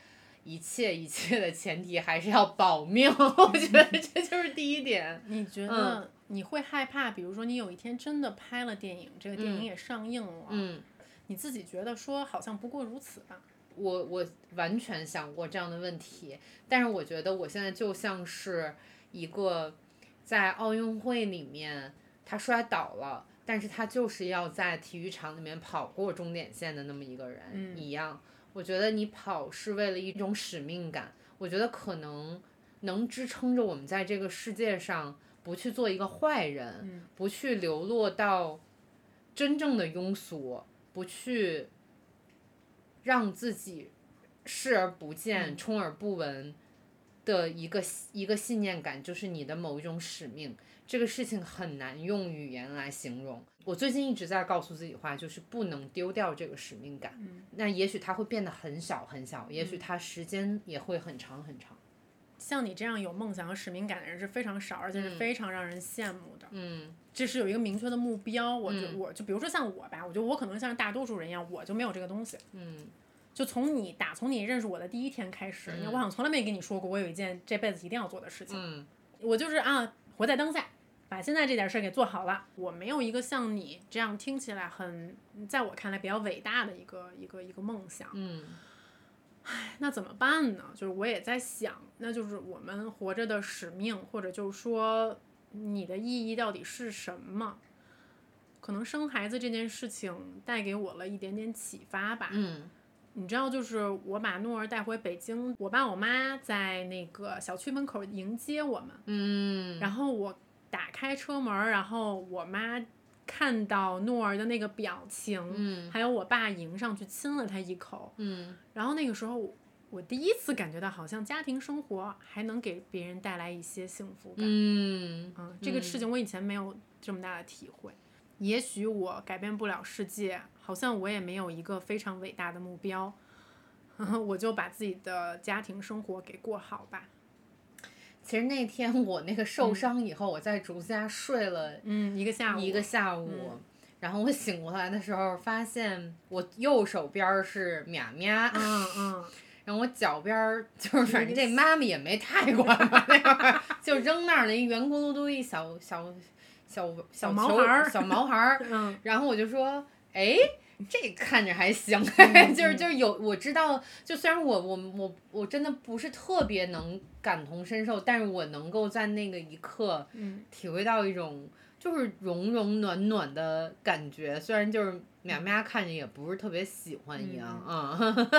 [SPEAKER 2] 一切一切的前提还是要保命， 我觉得这就是第一点。
[SPEAKER 3] 你觉得你会害怕？比如说，你有一天真的拍了电影，这个电影
[SPEAKER 2] 嗯
[SPEAKER 3] 也上映了，
[SPEAKER 2] 嗯，
[SPEAKER 3] 你自己觉得说好像不过如此吧？
[SPEAKER 2] 我我完全想过这样的问题，但是我觉得我现在就像是一个在奥运会里面他摔倒了，但是他就是要在体育场里面跑过终点线的那么一个人、
[SPEAKER 3] 嗯
[SPEAKER 2] 一样。我觉得你跑是为了一种使命感，我觉得可能能支撑着我们在这个世界上不去做一个坏人，
[SPEAKER 3] 嗯
[SPEAKER 2] 不去流落到真正的庸俗，不去让自己视而不见、
[SPEAKER 3] 嗯
[SPEAKER 2] 充耳不闻的一个一个信念感，就是你的某一种使命。这个事情很难用语言来形容。我最近一直在告诉自己话，就是不能丢掉这个使命感。
[SPEAKER 3] 嗯，
[SPEAKER 2] 那也许它会变得很小很小，也许它时间也会很长很长。
[SPEAKER 3] 像你这样有梦想和使命感的人是非常少，而且是
[SPEAKER 2] 嗯
[SPEAKER 3] 非常让人羡慕的。
[SPEAKER 2] 嗯
[SPEAKER 3] 这是有一个明确的目标，我就、
[SPEAKER 2] 嗯
[SPEAKER 3] 我就比如说像我吧，我觉得我可能像大多数人一样，我就没有这个东西。
[SPEAKER 2] 嗯
[SPEAKER 3] 就从你打从你认识我的第一天开始，
[SPEAKER 2] 嗯
[SPEAKER 3] 因为我好像从来没跟你说过，我有一件这辈子一定要做的事情。
[SPEAKER 2] 嗯
[SPEAKER 3] 我就是啊，活在当下，把现在这点事儿给做好了。我没有一个像你这样听起来很，在我看来比较伟大的一个一个一个梦想。
[SPEAKER 2] 嗯
[SPEAKER 3] 那怎么办呢？就是我也在想，那就是我们活着的使命，或者就是说你的意义到底是什么？可能生孩子这件事情带给我了一点点启发吧。
[SPEAKER 2] 嗯
[SPEAKER 3] 你知道，就是我把诺儿带回北京，我爸我妈在那个小区门口迎接我们，
[SPEAKER 2] 嗯，
[SPEAKER 3] 然后我打开车门儿，然后我妈看到诺儿的那个表情，
[SPEAKER 2] 嗯
[SPEAKER 3] 还有我爸迎上去亲了她一口，
[SPEAKER 2] 嗯
[SPEAKER 3] 然后那个时候我，我第一次感觉到，好像家庭生活还能给别人带来一些幸福感。
[SPEAKER 2] 嗯
[SPEAKER 3] 嗯这个事情我以前没有这么大的体会。也许我改变不了世界，好像我也没有一个非常伟大的目标， 我就把自己的家庭生活给过好吧。
[SPEAKER 2] 其实那天我那个受伤以后，我在竹家睡了
[SPEAKER 3] 嗯，一个下午，
[SPEAKER 2] 一个下午，
[SPEAKER 3] 嗯
[SPEAKER 2] 然后我醒过来的时候，发现我右手边儿是喵喵，
[SPEAKER 3] 嗯 嗯，
[SPEAKER 2] 然后我脚边 儿就是反正这妈妈也没太管吧，那会儿 就扔那儿了一圆咕噜嘟一小小小
[SPEAKER 3] 小
[SPEAKER 2] 小
[SPEAKER 3] 毛
[SPEAKER 2] 球
[SPEAKER 3] 孩儿
[SPEAKER 2] 小毛孩儿，
[SPEAKER 3] 嗯，
[SPEAKER 2] 然后我就说，哎，这看着还行，
[SPEAKER 3] 嗯
[SPEAKER 2] 就是就是有我知道，就虽然我我我我真的不是特别能感同身受，但是我能够在那个一刻
[SPEAKER 3] 嗯
[SPEAKER 2] 体会到一种就是融融暖暖的感觉，虽然就是喵喵看着也不是特别喜欢一样
[SPEAKER 3] 嗯
[SPEAKER 2] 啊，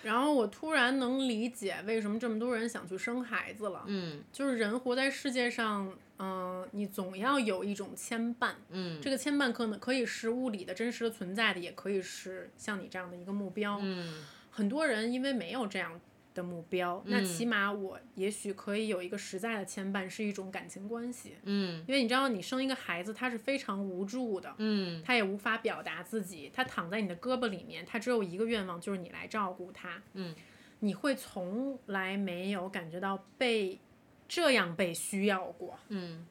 [SPEAKER 3] 然后我突然能理解为什么这么多人想去生孩子了。
[SPEAKER 2] 嗯
[SPEAKER 3] 就是人活在世界上，嗯、你总要有一种牵绊，
[SPEAKER 2] 嗯
[SPEAKER 3] 这个牵绊可能可以是物理的真实的存在的，也可以是像你这样的一个目标。
[SPEAKER 2] 嗯
[SPEAKER 3] 很多人因为没有这样的目标，那
[SPEAKER 2] 嗯
[SPEAKER 3] 起码我也许可以有一个实在的牵绊，是一种感情关系。
[SPEAKER 2] 嗯
[SPEAKER 3] 因为你知道，你生一个孩子，他是非常无助的，
[SPEAKER 2] 嗯
[SPEAKER 3] 他也无法表达自己，他躺在你的胳膊里面，他只有一个愿望，就是你来照顾他。
[SPEAKER 2] 嗯，
[SPEAKER 3] 你会从来没有感觉到被这样被需要过，
[SPEAKER 2] 嗯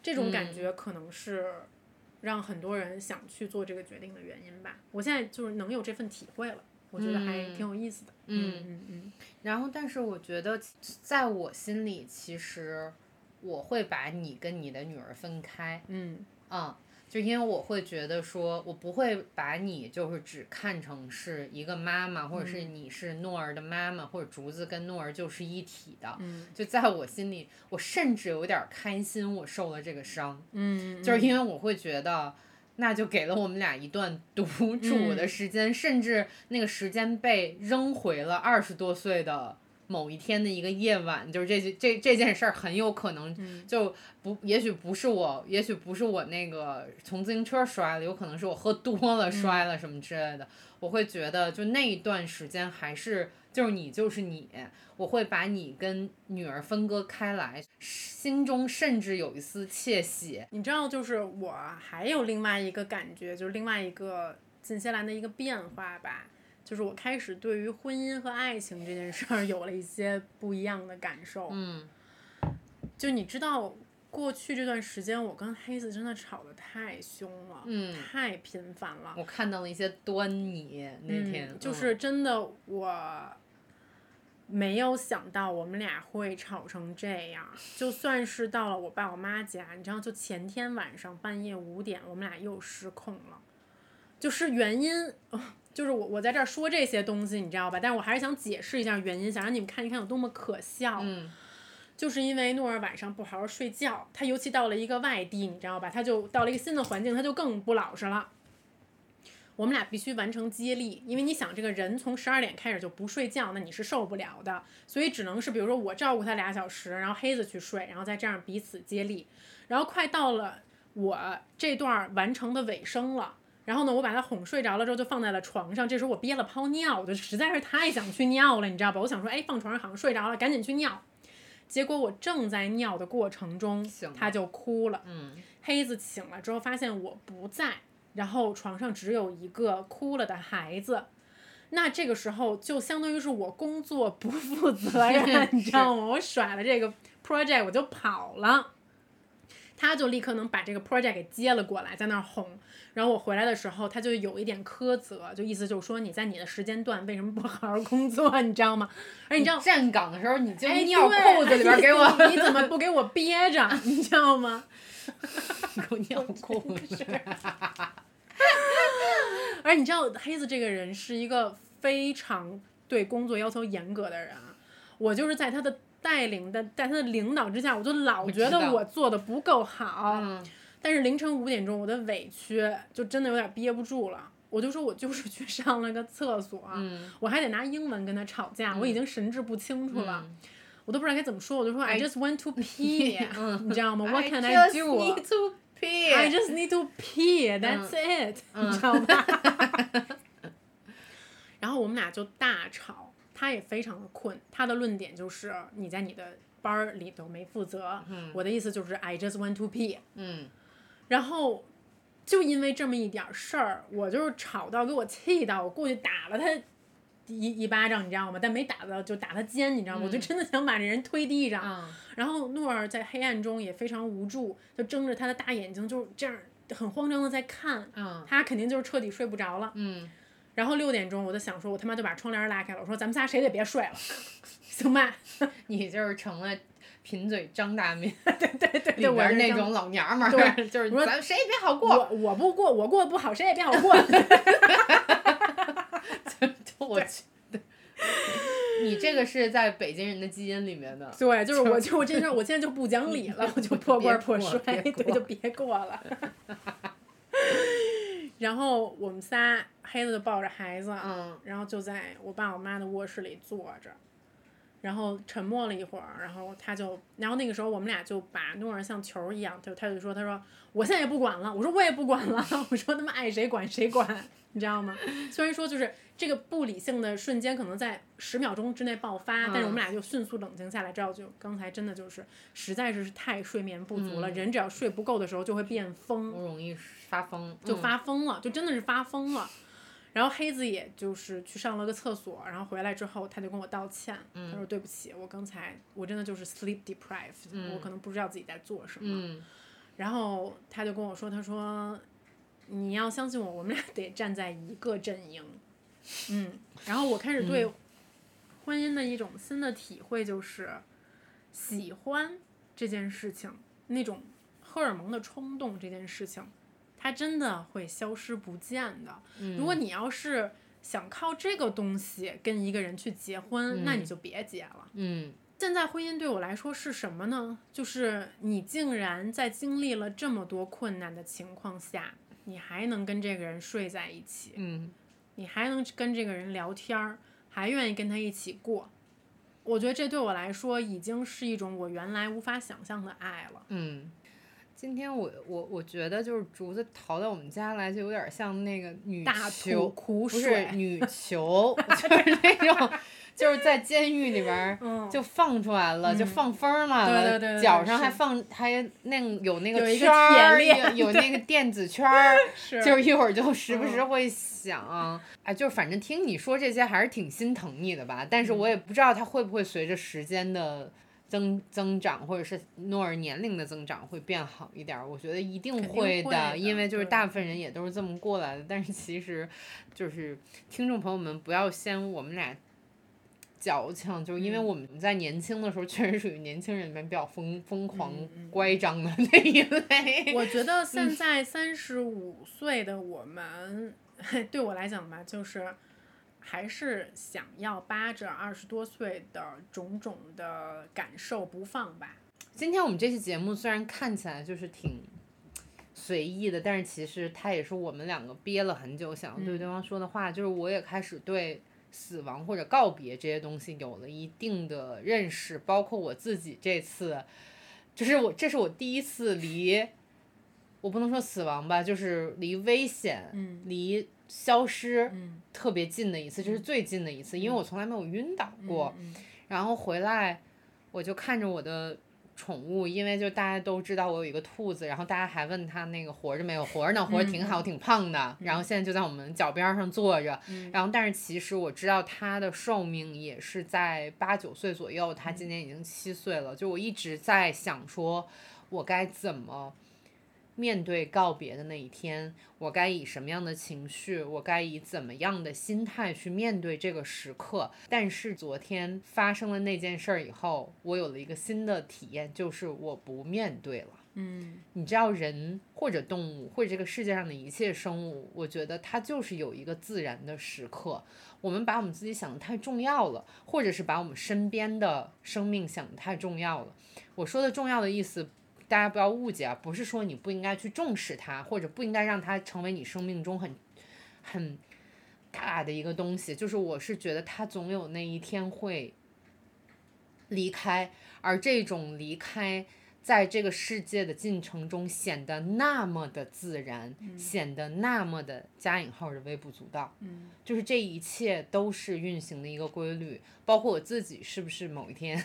[SPEAKER 3] 这种感觉可能是让很多人想去做这个决定的原因吧。我现在就是能有这份体会了，我觉得还挺有意思的。
[SPEAKER 2] 嗯，
[SPEAKER 3] 嗯嗯
[SPEAKER 2] 然后但是我觉得在我心里其实我会把你跟你的女儿分开，
[SPEAKER 3] 嗯
[SPEAKER 2] 嗯，就因为我会觉得说，我不会把你就是只看成是一个妈妈，或者是你是诺儿的妈妈，或者竹子跟诺儿就是一体的。
[SPEAKER 3] 嗯
[SPEAKER 2] 就在我心里，我甚至有点儿开心，我受了这个伤，
[SPEAKER 3] 嗯，
[SPEAKER 2] 就是因为我会觉得。那就给了我们俩一段独处的
[SPEAKER 3] 嗯
[SPEAKER 2] 时间，甚至那个时间被扔回了二十多岁的某一天的一个夜晚，就是这这这件事儿很有可能
[SPEAKER 3] 嗯
[SPEAKER 2] 就不，也许不是我，也许不是我那个从自行车摔了，有可能是我喝多
[SPEAKER 3] 嗯
[SPEAKER 2] 了摔了什么之类的。我会觉得，就那一段时间还是就是你就是你，我会把你跟女儿分割开来，心中甚至有一丝窃喜。
[SPEAKER 3] 你知道，就是我还有另外一个感觉，就是另外一个近些来的一个变化吧，就是我开始对于婚姻和爱情 这件事儿有了一些不一样的感受。
[SPEAKER 2] 嗯
[SPEAKER 3] 就你知道，过去这段时间，我跟黑子真的吵得太凶了，
[SPEAKER 2] 嗯
[SPEAKER 3] 太频繁了。
[SPEAKER 2] 我看到了一些端倪，那天、
[SPEAKER 3] 嗯、就
[SPEAKER 2] 嗯
[SPEAKER 3] 是真的，我没有想到我们俩会吵成这样。就算是到了我爸我妈家，你知道，就前天晚上半夜五点，我们俩又失控了。就是原因，哦就是我我在这儿说这些东西，你知道吧？但是我还是想解释一下原因，想让你们看一看有多么可笑。
[SPEAKER 2] 嗯
[SPEAKER 3] 就是因为诺儿晚上不好好睡觉，他尤其到了一个外地，你知道吧？他就到了一个新的环境，他就更不老实了。我们俩必须完成接力，因为你想，这个人从十二点开始就不睡觉，那你是受不了的，所以只能是比如说我照顾他俩小时，然后黑子去睡，然后再这样彼此接力。然后快到了我这段完成的尾声了，然后呢，我把他哄睡着了之后就放在了床上。这时候我憋了泡尿，我就实在是太想去尿了，你知道吧？我想说，哎，放床上好像睡着了，赶紧去尿。结果我正在尿的过程中
[SPEAKER 2] 醒了，
[SPEAKER 3] 他就哭了。
[SPEAKER 2] 嗯
[SPEAKER 3] 黑子醒了之后发现我不在，然后床上只有一个哭了的孩子。那这个时候就相当于是我工作不负责 任，你知道吗？我甩了这个 project 我就跑了，他就立刻能把这个 project 给接了过来，在那儿哄。然后我回来的时候，他就有一点苛责，就意思就是说你在你的时间段为什么不好好工作，你知道吗？而你知道
[SPEAKER 2] 站岗的时候你就
[SPEAKER 3] 哎
[SPEAKER 2] 尿
[SPEAKER 3] 对
[SPEAKER 2] 裤子里边儿给我，
[SPEAKER 3] 你怎么不给我憋着，你知道吗？
[SPEAKER 2] 给我 尿裤子，
[SPEAKER 3] 而你知道黑子这个人是一个非常对工作要求严格的人啊，我就是在他的带领的，在他的领导之下，我就老觉
[SPEAKER 2] 我知
[SPEAKER 3] 得
[SPEAKER 2] 道
[SPEAKER 3] 我做的不够好。
[SPEAKER 2] 嗯
[SPEAKER 3] 但是凌晨五点钟，我的委屈就真的有点憋不住了，我就说我就是去上了个厕所，
[SPEAKER 2] 嗯，
[SPEAKER 3] 我还得拿英文跟他吵架，我已经神志不清楚了。
[SPEAKER 2] 嗯
[SPEAKER 3] 我都不知道该怎么说，我就说 I just want to pee，你知道吗？What
[SPEAKER 2] 哎
[SPEAKER 3] can I
[SPEAKER 2] 嗯 I just
[SPEAKER 3] do？
[SPEAKER 2] need to pee.
[SPEAKER 3] I just need to pee. That's it，、你知道吗？ 然后我们俩就大吵，他也非常的困，他的论点就是你在你的班儿里头没负责，我的意思就是 I just want to pee。
[SPEAKER 2] 嗯，
[SPEAKER 3] 然后就因为这么一点儿事儿，我就是吵到给我气到，我过去打了他一一巴掌，你知道吗？但没打到，就打他肩，你知道吗？我就真的想把这人推地上。
[SPEAKER 2] 啊
[SPEAKER 3] 然后诺尔在黑暗中也非常无助，就睁着他的大眼睛，就是这样很慌张的在看。
[SPEAKER 2] 啊
[SPEAKER 3] 他肯定就是彻底睡不着了。
[SPEAKER 2] 嗯，
[SPEAKER 3] 然后六点钟，我就想说，我他妈就把窗帘拉开了，我说咱们仨谁也别睡了， 行吧？
[SPEAKER 2] 你就是成了贫嘴张大 民
[SPEAKER 3] 对对
[SPEAKER 2] 里
[SPEAKER 3] 对，我
[SPEAKER 2] 边
[SPEAKER 3] 是
[SPEAKER 2] 儿那
[SPEAKER 3] 这么
[SPEAKER 2] 种老娘们儿，
[SPEAKER 3] 对
[SPEAKER 2] 就是
[SPEAKER 3] 我说
[SPEAKER 2] 咱们谁也别好过。
[SPEAKER 3] 我我不过，我过得不好，谁也别好过。
[SPEAKER 2] 就我去，对你这个是在北京人的基因里面的。
[SPEAKER 3] 对，就是我就我这事儿，我现在就不讲理 了，我就破罐儿破摔，
[SPEAKER 2] 别过别
[SPEAKER 3] 对，
[SPEAKER 2] 过
[SPEAKER 3] 就别过了。 然后我们仨，黑子就抱着孩子，
[SPEAKER 2] 嗯
[SPEAKER 3] 然后就在我爸我妈的卧室里坐着，然后沉默了一会儿，然后他就，然后那个时候我们俩就把诺儿像球儿一样，他就他就说，他说我现在也不管了，我说我也不管了， 我说他妈爱谁管谁管，你知道吗？虽然说就是这个不理性的瞬间可能在十秒钟之内爆发，但是我们俩就迅速冷静下来，知道就刚才真的就是实在是太睡眠不足了，人只要睡不够的时候就会变疯，
[SPEAKER 2] 我容易发疯，
[SPEAKER 3] 就
[SPEAKER 2] 嗯
[SPEAKER 3] 发疯了，就真的是发疯了。然后黑子也就是去上了个厕所，然后回来之后他就跟我道歉，他说对不起，我刚才我真的就是 sleep deprived，、我可能不知道自己在做什么。
[SPEAKER 2] 嗯
[SPEAKER 3] 然后他就跟我说，他说你要相信我，我们俩得站在一个阵营。嗯，然后我开始对婚姻的一种新的体会就是，喜欢这件事情，那种荷尔蒙的冲动这件事情，它真的会消失不见的。
[SPEAKER 2] 嗯
[SPEAKER 3] 如果你要是想靠这个东西跟一个人去结婚，那你就别结了。
[SPEAKER 2] 嗯
[SPEAKER 3] 现在婚姻对我来说是什么呢？就是你竟然在经历了这么多困难的情况下，你还能跟这个人睡在一起，
[SPEAKER 2] 嗯，
[SPEAKER 3] 你还能跟这个人聊天儿，还愿意跟他一起过。我觉得这对我来说已经是一种我原来无法想象的爱了。
[SPEAKER 2] 嗯，今天我我我觉得就是竹子逃到我们家来，就有点像那个女
[SPEAKER 3] 大吐
[SPEAKER 2] 囚，
[SPEAKER 3] 苦
[SPEAKER 2] 不是
[SPEAKER 3] 水，
[SPEAKER 2] 女囚， 就是那种就是在监狱里边儿
[SPEAKER 3] 嗯
[SPEAKER 2] 就放出来了，就
[SPEAKER 3] 嗯
[SPEAKER 2] 放风来
[SPEAKER 3] 对
[SPEAKER 2] 了，
[SPEAKER 3] 对对对
[SPEAKER 2] 脚
[SPEAKER 3] 对
[SPEAKER 2] 上还
[SPEAKER 3] 是
[SPEAKER 2] 放还那个有那个
[SPEAKER 3] 有一个
[SPEAKER 2] 圈儿，
[SPEAKER 3] 铁链
[SPEAKER 2] 有有那个电子圈儿，
[SPEAKER 3] 是嗯
[SPEAKER 2] 就是一会儿就时不时会想，哎，就是反正
[SPEAKER 3] 嗯
[SPEAKER 2] 听你说这些还是挺心疼你的吧，但是我也不知道它会不会随着时间的增增长，或者是诺尔年龄的增长会变好一点儿。我觉得一定
[SPEAKER 3] 肯定
[SPEAKER 2] 会
[SPEAKER 3] 会的
[SPEAKER 2] 因为就是
[SPEAKER 3] 对
[SPEAKER 2] 大部分人也都是这么过来的。但是其实，就是听众朋友们不要嫌我们俩。矫情，就是因为
[SPEAKER 3] 嗯
[SPEAKER 2] 我们在年轻的时候，确实属于年轻人里面比较疯疯狂
[SPEAKER 3] 嗯嗯
[SPEAKER 2] 乖张的那一 类。
[SPEAKER 3] 我觉得现在三十五岁的我们，对我来讲吧，就是还是想要扒着二十多岁的种种的感受不放吧。
[SPEAKER 2] 今天我们这期节目虽然看起来就是挺随意的，但是其实它也是我们两个憋了很久想要对
[SPEAKER 3] 嗯
[SPEAKER 2] 对方说的话。就是我也开始对死亡或者告别这些东西有了一定的认识，包括我自己这次，就是我这是我第一次离，我不能说死亡吧，就是离危险、
[SPEAKER 3] 嗯
[SPEAKER 2] 离消失
[SPEAKER 3] 嗯，
[SPEAKER 2] 特别近的一次，这是最近的一次，因为我从来没有晕倒过。
[SPEAKER 3] 嗯
[SPEAKER 2] 然后回来，我就看着我的宠物，因为就大家都知道我有一个兔子，然后大家还问它那个活着没有，活着呢，活着挺好，挺胖的，然后现在就在我们脚边上坐着，
[SPEAKER 3] 嗯
[SPEAKER 2] 然后但是其实我知道它的寿命也是在八九岁左右，它今年已经七岁了，就我一直在想说，我该怎么。面对告别的那一天，我该以什么样的情绪，我该以怎么样的心态去面对这个时刻？但是昨天发生了那件事儿以后，我有了一个新的体验，就是我不面对了。
[SPEAKER 3] 嗯
[SPEAKER 2] 你知道，人或者动物或者这个世界上的一切生物，我觉得它就是有一个自然的时刻。我们把我们自己想的太重要了，或者是把我们身边的生命想的太重要了。我说的重要的意思，大家不要误解啊，不是说你不应该去重视它，或者不应该让它成为你生命中很很大的一个东西。就是我是觉得它总有那一天会离开，而这种离开。在这个世界的进程中显得那么的自然，显得那么的加引号的微不足道，
[SPEAKER 3] 嗯
[SPEAKER 2] 就是这一切都是运行的一个规律。包括我自己是不是某一天，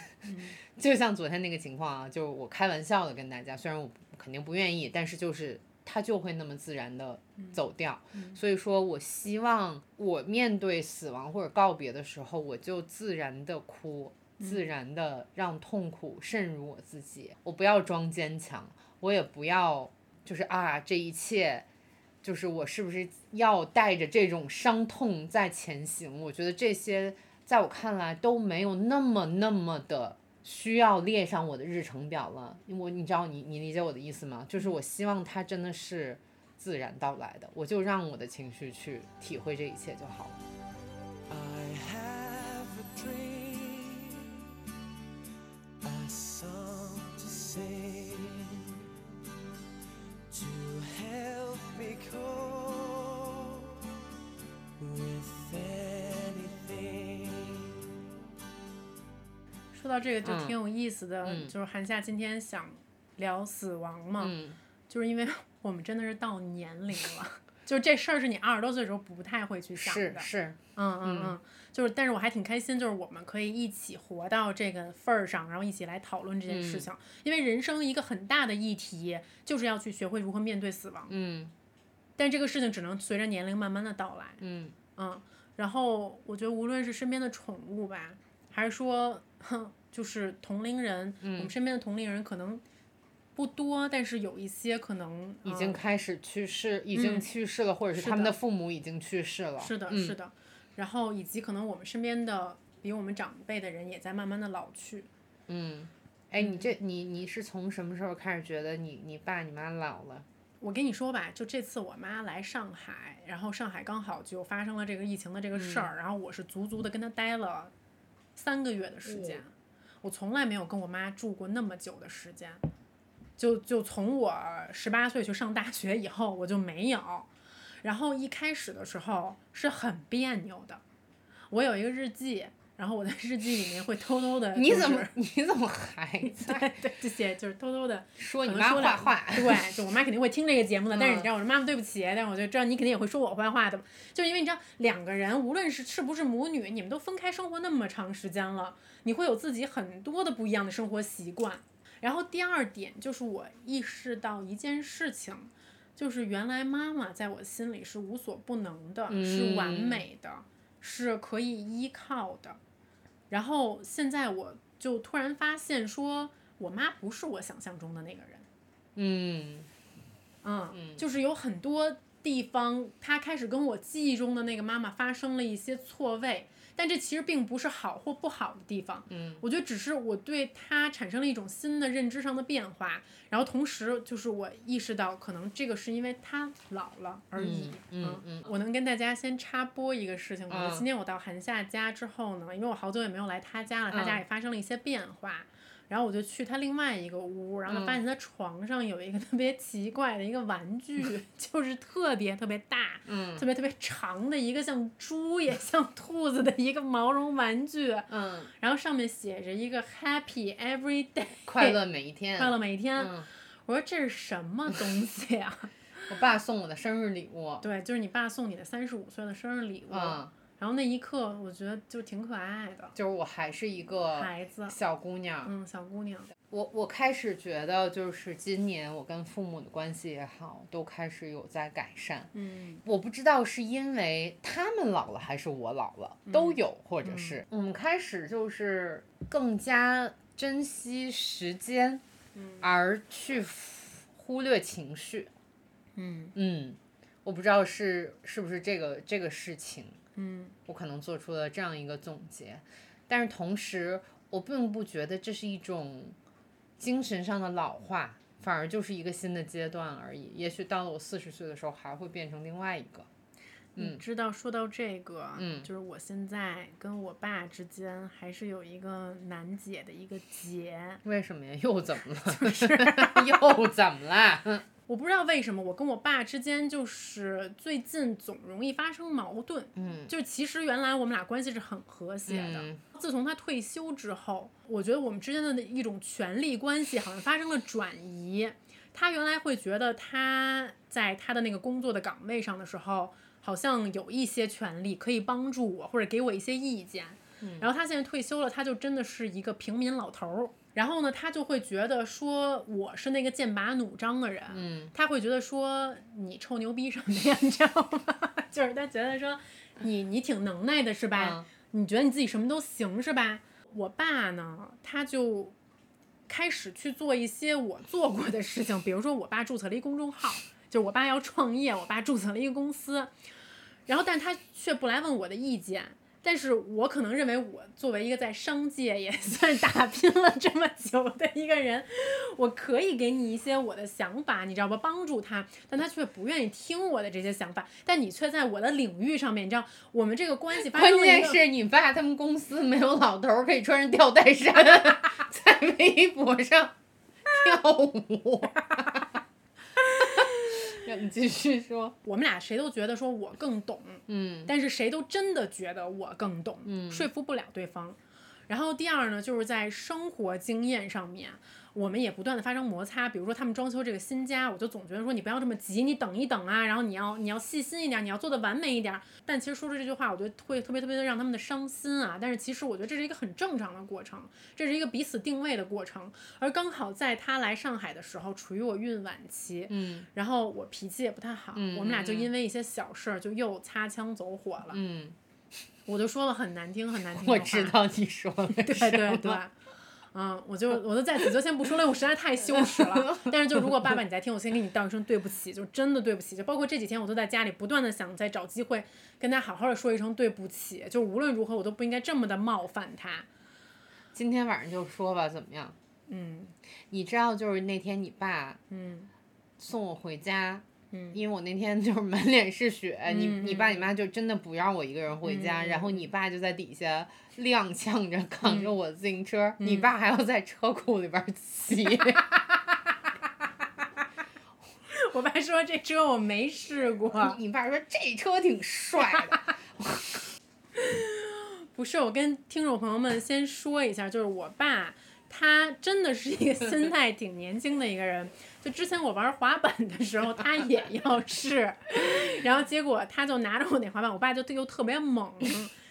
[SPEAKER 2] 就像昨天那个情况啊，就是我开玩笑的跟大家，虽然我肯定不愿意，但是就是它就会那么自然的走掉。所以说我希望我面对死亡或者告别的时候，我就自然的哭，自然的让痛苦渗入我自己，我不要装坚强，我也不要就是啊这一切。就是我是不是要带着这种伤痛在前行？我觉得这些在我看来都没有那么那么的需要列上我的日程表了。我你知道你你理解我的意思吗？就是我希望它真的是自然到来的，我就让我的情绪去体会这一切就好了。
[SPEAKER 6] I have a dream, a song to sing to help me cope with anything.
[SPEAKER 3] 说到这个就
[SPEAKER 2] 嗯
[SPEAKER 3] 挺有意思的，
[SPEAKER 2] 嗯
[SPEAKER 3] 就是韩夏今天想聊死亡嘛，
[SPEAKER 2] 嗯，
[SPEAKER 3] 就是因为我们真的是到年龄了， 就是这事儿是你二十多岁的时候不太会去想
[SPEAKER 2] 是
[SPEAKER 3] 的，
[SPEAKER 2] 是，
[SPEAKER 3] 嗯嗯嗯，就是，但是我还挺开心，就是我们可以一起活到这个份儿上，然后一起来讨论这件
[SPEAKER 2] 嗯
[SPEAKER 3] 事情。因为人生一个很大的议题，就是要去学会如何面对死亡，
[SPEAKER 2] 嗯
[SPEAKER 3] 但这个事情只能随着年龄慢慢的到来。
[SPEAKER 2] 嗯
[SPEAKER 3] 嗯，然后我觉得无论是身边的宠物吧，还是说，哼，就是同龄人，我
[SPEAKER 2] 嗯
[SPEAKER 3] 们身边的同龄人可能不多，但是有一些可能
[SPEAKER 2] 已经
[SPEAKER 3] 嗯
[SPEAKER 2] 开始去世，已经
[SPEAKER 3] 嗯
[SPEAKER 2] 去世了，或者是
[SPEAKER 3] 是
[SPEAKER 2] 他们
[SPEAKER 3] 的
[SPEAKER 2] 的父母已经去世了。
[SPEAKER 3] 是的，
[SPEAKER 2] 嗯
[SPEAKER 3] 是的。然后以及可能我们身边的比我们长辈的人也在慢慢的老去。
[SPEAKER 2] 嗯，哎，你这你你是从什么时候开始觉得你你爸你妈老了？
[SPEAKER 3] 我跟你说吧，就这次我妈来上海，然后上海刚好就发生了这个疫情的这个事
[SPEAKER 2] 嗯
[SPEAKER 3] 儿，然后我是足足的跟她待了三个月的时间，
[SPEAKER 2] 哦
[SPEAKER 3] 我从来没有跟我妈住过那么久的时间，就就从我十八岁去上大学以后我就没有，然后一开始的时候是很别扭的，我有一个日记，然后我在日记里面会偷偷的、
[SPEAKER 2] 你怎么你怎么 还
[SPEAKER 3] 呃对
[SPEAKER 2] 在
[SPEAKER 3] 对这些就是偷偷的
[SPEAKER 2] 说你
[SPEAKER 3] 可能
[SPEAKER 2] 妈
[SPEAKER 3] 说
[SPEAKER 2] 坏
[SPEAKER 3] 两
[SPEAKER 2] 话？
[SPEAKER 3] 句 对，就我妈肯定会听这个节目的。但是你
[SPEAKER 2] 嗯
[SPEAKER 3] 知道，我说妈妈对不起，但是我就知道你肯定也会说我坏话的。就因为你知道，两个人无论是是不是母女，你们都分开生活那么长时间了，你会有自己很多的不一样的生活习惯。然后第二点就是我意识到一件事情，就是原来妈妈在我心里是无所不能的，是完
[SPEAKER 2] 嗯
[SPEAKER 3] 美的，是可以依靠的。然后现在我就突然发现说，我妈不是我想象中的那个人。
[SPEAKER 2] 嗯
[SPEAKER 3] 嗯，就是有很多地方，她开始跟我记忆中的那个妈妈发生了一些错位，但这其实并不是好或不好的地方。
[SPEAKER 2] 嗯
[SPEAKER 3] 我觉得只是我对它产生了一种新的认知上的变化，然后同时就是我意识到，可能这个是因为它老了而已。
[SPEAKER 2] 嗯嗯嗯
[SPEAKER 3] 我能跟大家先插播一个事情吗？
[SPEAKER 2] 嗯
[SPEAKER 3] 今天我到韩夏家之后呢，因为我好久也没有来他家了，他家
[SPEAKER 2] 嗯
[SPEAKER 3] 也发生了一些变化。然后我就去他另外一个屋，然后他发
[SPEAKER 2] 嗯
[SPEAKER 3] 现他床上有一个特别奇怪的一个玩 具，就是特别特别大，
[SPEAKER 2] 嗯
[SPEAKER 3] 特别特别长的一个像猪也像兔子的一个毛绒玩具。
[SPEAKER 2] 嗯，
[SPEAKER 3] 然后上面写着一个 Happy Every Day，
[SPEAKER 2] 快乐每一天，
[SPEAKER 3] 快乐每一天。
[SPEAKER 2] 嗯，
[SPEAKER 3] 我说这是什么东 西啊？
[SPEAKER 2] 我爸送我的生日礼物，
[SPEAKER 3] 对，就是你爸送你的三十五岁的生日礼物。
[SPEAKER 2] 哦嗯，
[SPEAKER 3] 然后那一刻，我觉得就挺可爱的，
[SPEAKER 2] 就是我还是一个
[SPEAKER 3] 孩子，
[SPEAKER 2] 小姑娘，
[SPEAKER 3] 嗯，小姑娘，
[SPEAKER 2] 我我开始觉得就是今年我跟父母的关系也好，都开始有在改善。
[SPEAKER 3] 嗯
[SPEAKER 2] 我不知道是因为他们老了还是我老了，都
[SPEAKER 3] 嗯
[SPEAKER 2] 有，或者是我们开始就是更加珍惜时间，
[SPEAKER 3] 嗯
[SPEAKER 2] 而去忽略情绪。
[SPEAKER 3] 嗯
[SPEAKER 2] 嗯，我不知道是是不是这个这个事情，
[SPEAKER 3] 嗯
[SPEAKER 2] 我可能做出了这样一个总结，但是同时我并不觉得这是一种精神上的老化，反而就是一个新的阶段而已。也许到了我四十岁的时候，还会变成另外一个。
[SPEAKER 3] 你知道，说到这个，
[SPEAKER 2] 嗯
[SPEAKER 3] 就是我现在跟我爸之间还是有一个难解的一个结，
[SPEAKER 2] 为什么呀？ 又怎么了？
[SPEAKER 3] 就是。
[SPEAKER 2] 又怎么了？
[SPEAKER 3] 我不知道为什么，我跟我爸之间就是最近总容易发生矛盾。
[SPEAKER 2] 嗯，
[SPEAKER 3] 就其实原来我们俩关系是很和谐的，
[SPEAKER 2] 嗯
[SPEAKER 3] 自从他退休之后，我觉得我们之间的一种权力关系好像发生了转移。他原来会觉得他在他的那个工作的岗位上的时候，好像有一些权利可以帮助我，或者给我一些意见。然后他现在退休了，他就真的是一个平民老头儿。然后呢，他就会觉得说我是那个剑拔弩张的人，
[SPEAKER 2] 嗯
[SPEAKER 3] 他会觉得说你臭牛逼什么呀，你知道吗？ 就是他觉得说你你挺能耐的是
[SPEAKER 2] 嗯
[SPEAKER 3] 吧？你觉得你自己什么都行是吧？我爸呢，他就开始去做一些我做过的事情，比如说我爸注册了一公众号，就是我爸要创业，我爸注册了一个公司，然后但他却不来问我的意见。但是我可能认为，我作为一个在商界也 算打拼了这么久的一个人，我可以给你一些我的想法，你知道吧？帮助他，但他却不愿意听我的这些想法。但你却在我的领域上面，你知道，我们这个关系发生
[SPEAKER 2] 关
[SPEAKER 3] 了
[SPEAKER 2] 键
[SPEAKER 3] 一个
[SPEAKER 2] 是你爸他们公司没有老头儿可以穿着吊带衫 在微博 上跳舞。让你继续说。
[SPEAKER 3] 我们俩谁都觉得说我更懂，
[SPEAKER 2] 嗯
[SPEAKER 3] 但是谁都真的觉得我更懂，
[SPEAKER 2] 嗯
[SPEAKER 3] 说服不了对方。然后第二呢，就是在生活经验上面，我们也不断的发生摩擦。比如说他们装修这个新家，我就总觉得说你不要这么急，你等一等啊，然后你要你要细心一点，你要做的完美一点。但其实说出这句话，我觉得会特别特别的让他们的伤心啊。但是其实我觉得这是一个很正常的过程，这是一个彼此定位的过程。而刚好在他来上海的时候，处于我孕晚期，
[SPEAKER 2] 嗯
[SPEAKER 3] 然后我脾气也不太好，
[SPEAKER 2] 嗯
[SPEAKER 3] 我们俩就
[SPEAKER 2] 嗯嗯
[SPEAKER 3] 因为一些小事儿就又擦枪走火了。
[SPEAKER 2] 嗯，
[SPEAKER 3] 我就说了很难听很难 听的话。
[SPEAKER 2] 我知。道你说的
[SPEAKER 3] 对
[SPEAKER 2] 什
[SPEAKER 3] 对
[SPEAKER 2] 么
[SPEAKER 3] 对。嗯，我就我就在此就先不说了，我实在太羞耻 了。但是就如果爸爸你在听，我先跟你道一声对不起，就真的对不起。就包括这几天我都在家里不断的想再找机会跟他好好的说一声对不起，就无论如何我都不应该这么的冒犯他。
[SPEAKER 2] 今天晚上就说吧，怎么样？
[SPEAKER 3] 嗯
[SPEAKER 2] 你知道，就是那天你爸
[SPEAKER 3] 嗯
[SPEAKER 2] 送我回家，
[SPEAKER 3] 嗯
[SPEAKER 2] 因为我那天就是满脸是血，你
[SPEAKER 3] 嗯
[SPEAKER 2] 你爸你妈就真的不让我一个人回家，
[SPEAKER 3] 嗯嗯
[SPEAKER 2] 然后你爸就在底下踉跄着扛着我自行车，
[SPEAKER 3] 嗯
[SPEAKER 2] 你爸还要在车库里边儿 骑，
[SPEAKER 3] 我爸说这车我没试过，
[SPEAKER 2] 你爸说这车挺帅 的，，
[SPEAKER 3] 不是，我跟听众朋友们先说一下，就是我爸，他真的是一个心态挺年轻的一个人。就之前我玩滑板的时候，他也要试，然后结果他就拿着我那滑板，我爸就又特别猛，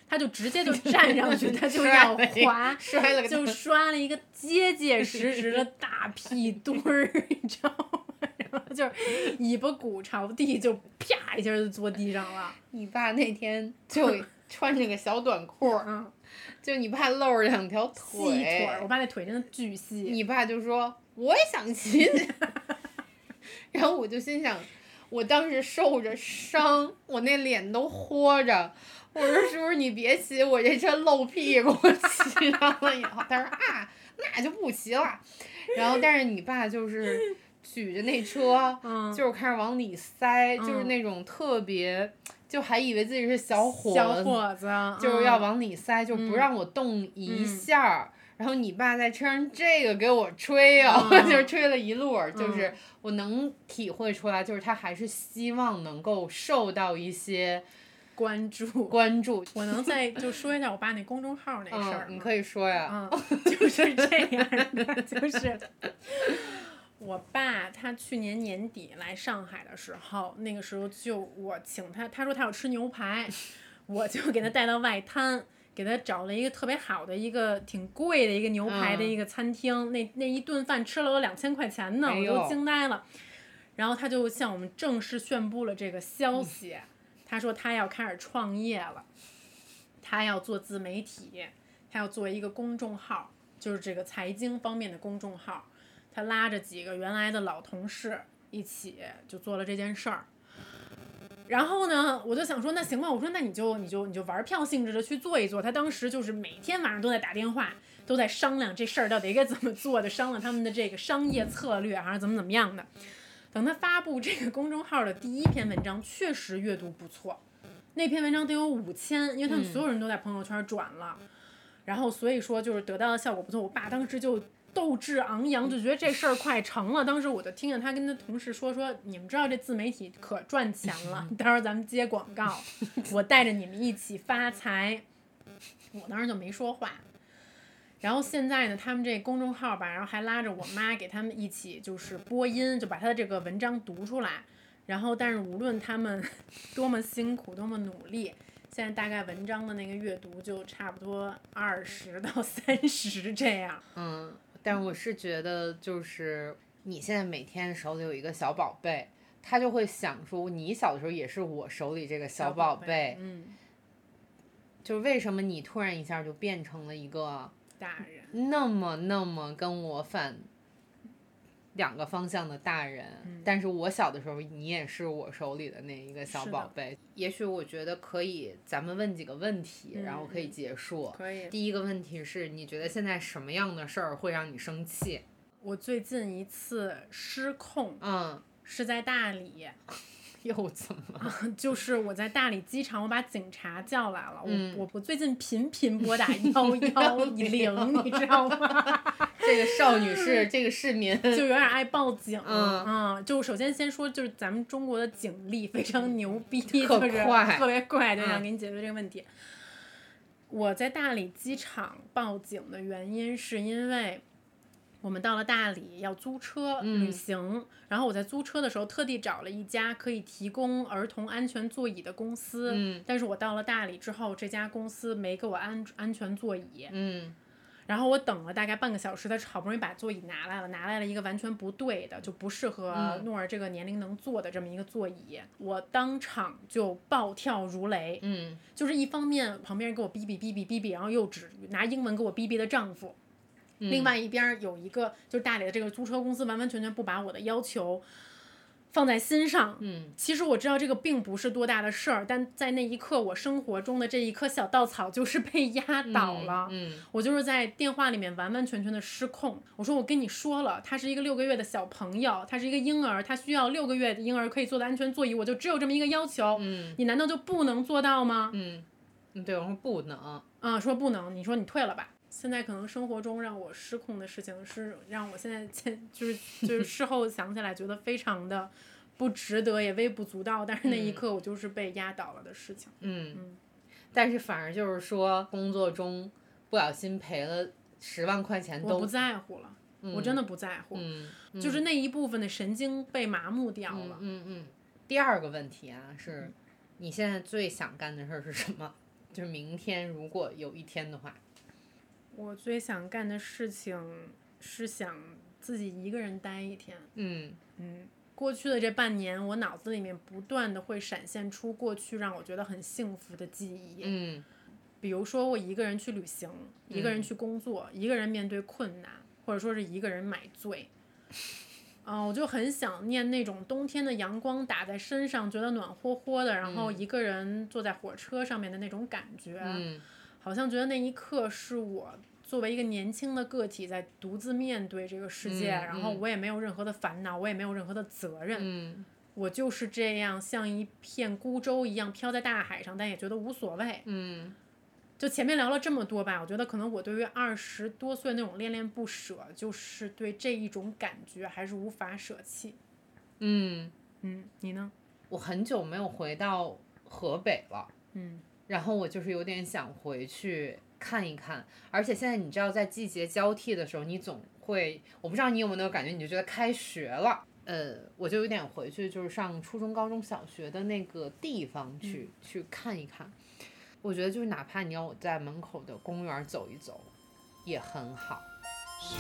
[SPEAKER 3] 他就直接就站上去，他就要 滑
[SPEAKER 2] 摔了个
[SPEAKER 3] 就摔了一个结结实实的大屁墩儿，你知道吗？ 然后就是尾巴骨朝地，就啪一下就坐地上了。
[SPEAKER 2] 你爸那天就穿着个小短裤，
[SPEAKER 3] 嗯，
[SPEAKER 2] 就你爸露着两条
[SPEAKER 3] 细腿儿，我爸那腿真的巨细。
[SPEAKER 2] 你爸就说我也想骑 你，然后我就心想，我当时受着伤，我那脸都豁着，我说叔叔你别骑，我这车露屁股， 骑上了以后，他说啊那就不骑了，然后但是你爸就是举着那车
[SPEAKER 3] 嗯，
[SPEAKER 2] 就是开始往里塞，就是
[SPEAKER 3] 嗯
[SPEAKER 2] 那种特别，就还以为自己是小伙
[SPEAKER 3] 小
[SPEAKER 2] 子
[SPEAKER 3] 伙子
[SPEAKER 2] 就是要
[SPEAKER 3] 嗯
[SPEAKER 2] 往里塞，就不
[SPEAKER 3] 嗯
[SPEAKER 2] 让我动一
[SPEAKER 3] 嗯
[SPEAKER 2] 下儿。然后你爸在车上这个给我吹啊，
[SPEAKER 3] 嗯
[SPEAKER 2] 就是吹了一路儿，就是
[SPEAKER 3] 嗯
[SPEAKER 2] 我能体会出来，就是他还是希望能够受到一些
[SPEAKER 3] 关注。
[SPEAKER 2] 关注。
[SPEAKER 3] 我能再就说一下我爸那公众号那事
[SPEAKER 2] 嗯
[SPEAKER 3] 儿，吗？
[SPEAKER 2] 你可以说呀，
[SPEAKER 3] 嗯，就是这样的，就是我爸他去年年底来上海的时候，那个时候就我请他，他说他要吃牛排，我就给他带到外滩。给他找了一个特别好的一个挺贵的一个牛排的
[SPEAKER 2] 嗯
[SPEAKER 3] 一个餐厅，那那一顿饭吃了我两千块钱呢，
[SPEAKER 2] 哎
[SPEAKER 3] 我
[SPEAKER 2] 呦
[SPEAKER 3] 都惊呆了。然后他就向我们正式宣布了这个消息，他说他要开始创业了，他要做自媒体，他要做一个公众号，就是这个财经方面的公众号。他拉着几个原来的老同事一起就做了这件事儿。然后呢，我就想说，那行吧，我说那你就你就你就玩票性质的去做一做。他当时就是每天晚上都在打电话，都在商量这事儿到底该怎么做的，商量他们的这个商业策略还是怎么怎么样的。等他发布这个公众号的第一篇文章，确实阅读不错，那篇文章得有五千，因为他们所有人都在朋友圈转了，然后所以说就是得到的效果不错。我爸当时就斗志昂扬，就觉得这事儿快成了。当时我就听见他跟他同事说说，你们知道这自媒体可赚钱了，到时候咱们接广告，我带着你们一起发财。我当时就没说话。然后现在呢，他们这公众号吧，然后还拉着我妈给他们一起就是播音，就把他的这个文章读出来。然后，但是无论他们 多么辛苦，多么努力，现在大概文章的那个阅读就差不多二十到三十这样。
[SPEAKER 2] 嗯，但我是觉得就是你现在每天手里有一个小宝贝，他就会想说，你小的时候也是我手里这个小宝贝，
[SPEAKER 3] 嗯，
[SPEAKER 2] 就是为什么你突然一下就变成了一个
[SPEAKER 3] 大人，
[SPEAKER 2] 那么那么跟我反两个方向的大人，
[SPEAKER 3] 嗯
[SPEAKER 2] 但是我小的时候，你也是我手里的那一个小
[SPEAKER 3] 是的
[SPEAKER 2] 宝贝。也许我觉得可以，咱们问几个问题，然后可以
[SPEAKER 3] 嗯
[SPEAKER 2] 结束。
[SPEAKER 3] 可以。
[SPEAKER 2] 第一个问题是，你觉得现在什么样的事儿会让你生气？
[SPEAKER 3] 我最近一次失控
[SPEAKER 2] 嗯，
[SPEAKER 3] 是在大理，
[SPEAKER 2] 又怎么了？
[SPEAKER 3] 就是我在大理机场，我把警察叫来了。
[SPEAKER 2] 嗯
[SPEAKER 3] 我我我最近频频拨打幺幺零，你知道吗？
[SPEAKER 2] 这个少女是这个市民，
[SPEAKER 3] 就有点爱报警。啊
[SPEAKER 2] 嗯
[SPEAKER 3] 就首先先说，就是咱们中国的警力非常牛逼，就是
[SPEAKER 2] 嗯特快
[SPEAKER 3] 特别快，就想
[SPEAKER 2] 嗯
[SPEAKER 3] 给你解决这个问题。我在大理机场报警的原因是因为。我们到了大理要租车
[SPEAKER 2] 嗯
[SPEAKER 3] 旅行，然后我在租车的时候特地找了一家可以提供儿童安全座椅的公司，
[SPEAKER 2] 嗯
[SPEAKER 3] 但是我到了大理之后，这家公司没给我安安全座椅，
[SPEAKER 2] 嗯
[SPEAKER 3] 然后我等了大概半个小时，他好不容易把座椅拿来了，拿来了一个完全不对的，就不适合
[SPEAKER 2] 嗯
[SPEAKER 3] 诺儿这个年龄能坐的这么一个座椅，我当场就暴跳如雷，
[SPEAKER 2] 嗯
[SPEAKER 3] 就是一方面旁边人给我哔哔哔哔哔哔，然后又指拿英文给我哔哔的丈夫，
[SPEAKER 2] 嗯
[SPEAKER 3] 另外一边儿有一个就是大理的这个租车公司完完全全不把我的要求放在心上。
[SPEAKER 2] 嗯
[SPEAKER 3] 其实我知道这个并不是多大的事儿，但在那一刻，我生活中的这一颗小稻草就是被压倒了。
[SPEAKER 2] 嗯
[SPEAKER 3] 我就是在电话里面完完全全的失控。我说我跟你说了，他是一个六个月的小朋友，他是一个婴儿，他需要六个月的婴儿可以坐的安全座椅，我就只有这么一个要求。
[SPEAKER 2] 嗯
[SPEAKER 3] 你难道就不能做到吗？
[SPEAKER 2] 嗯嗯，对，我说不能，
[SPEAKER 3] 啊，说不能，你说你退了吧。现在可能生活中让我失控的事情是让我现在现就是就是事后想起来觉得非常的不值得，也微不足道，但是那一刻我就是被压倒了的事情。
[SPEAKER 2] 嗯
[SPEAKER 3] 嗯，
[SPEAKER 2] 但是反而就是说，工作中不小心赔了十万块钱
[SPEAKER 3] 我
[SPEAKER 2] 都
[SPEAKER 3] 不，在乎了，我真的不在乎，
[SPEAKER 2] 嗯，嗯
[SPEAKER 3] 就是那一部分的神经被麻木掉
[SPEAKER 2] 嗯
[SPEAKER 3] 了。嗯
[SPEAKER 2] 嗯嗯。第二个问题啊，是你现在最想干的事儿是什么？就是明天如果有一天的话，
[SPEAKER 3] 我最想干的事情是想自己一个人待一天，
[SPEAKER 2] 嗯，
[SPEAKER 3] 嗯，过去的这半年，我脑子里面不断的会闪现出过去让我觉得很幸福的记忆，
[SPEAKER 2] 嗯
[SPEAKER 3] 比如说我一个人去旅行，一个人去工作，一个人面对困难，或者说是一个人买 醉。嗯、我就很想念那种冬天的阳光打在身上，觉得暖和和的，然后一个人坐在火车上面的那种感觉，
[SPEAKER 2] 嗯
[SPEAKER 3] 好像觉得那一刻是我作为一个年轻的个体在独自面对这个世界，
[SPEAKER 2] 嗯
[SPEAKER 3] 然后
[SPEAKER 2] 嗯
[SPEAKER 3] 我也没有任何的烦恼，我也没有任何的责任，
[SPEAKER 2] 嗯
[SPEAKER 3] 我就是这样像一片孤舟一样飘在大海上，但也觉得无所谓。
[SPEAKER 2] 嗯
[SPEAKER 3] 就前面聊了这么多吧，我觉得可能我对于二十多岁那种恋恋不舍，就是对这一种感觉还是无法舍弃。
[SPEAKER 2] 嗯，
[SPEAKER 3] 嗯，你呢？
[SPEAKER 2] 我很久没有回到河北了。
[SPEAKER 3] 嗯
[SPEAKER 2] 然后我就是有点想回去看一看，而且现在你知道，在季节交替的时候，你总会，我不知道你有没有那个感觉，你就觉得开学了，呃，我就有点回去，就是上初中、高中小学的那个地方去、去看一看。我觉得就是哪怕你要我在门口的公园走一走，也很好。
[SPEAKER 7] 是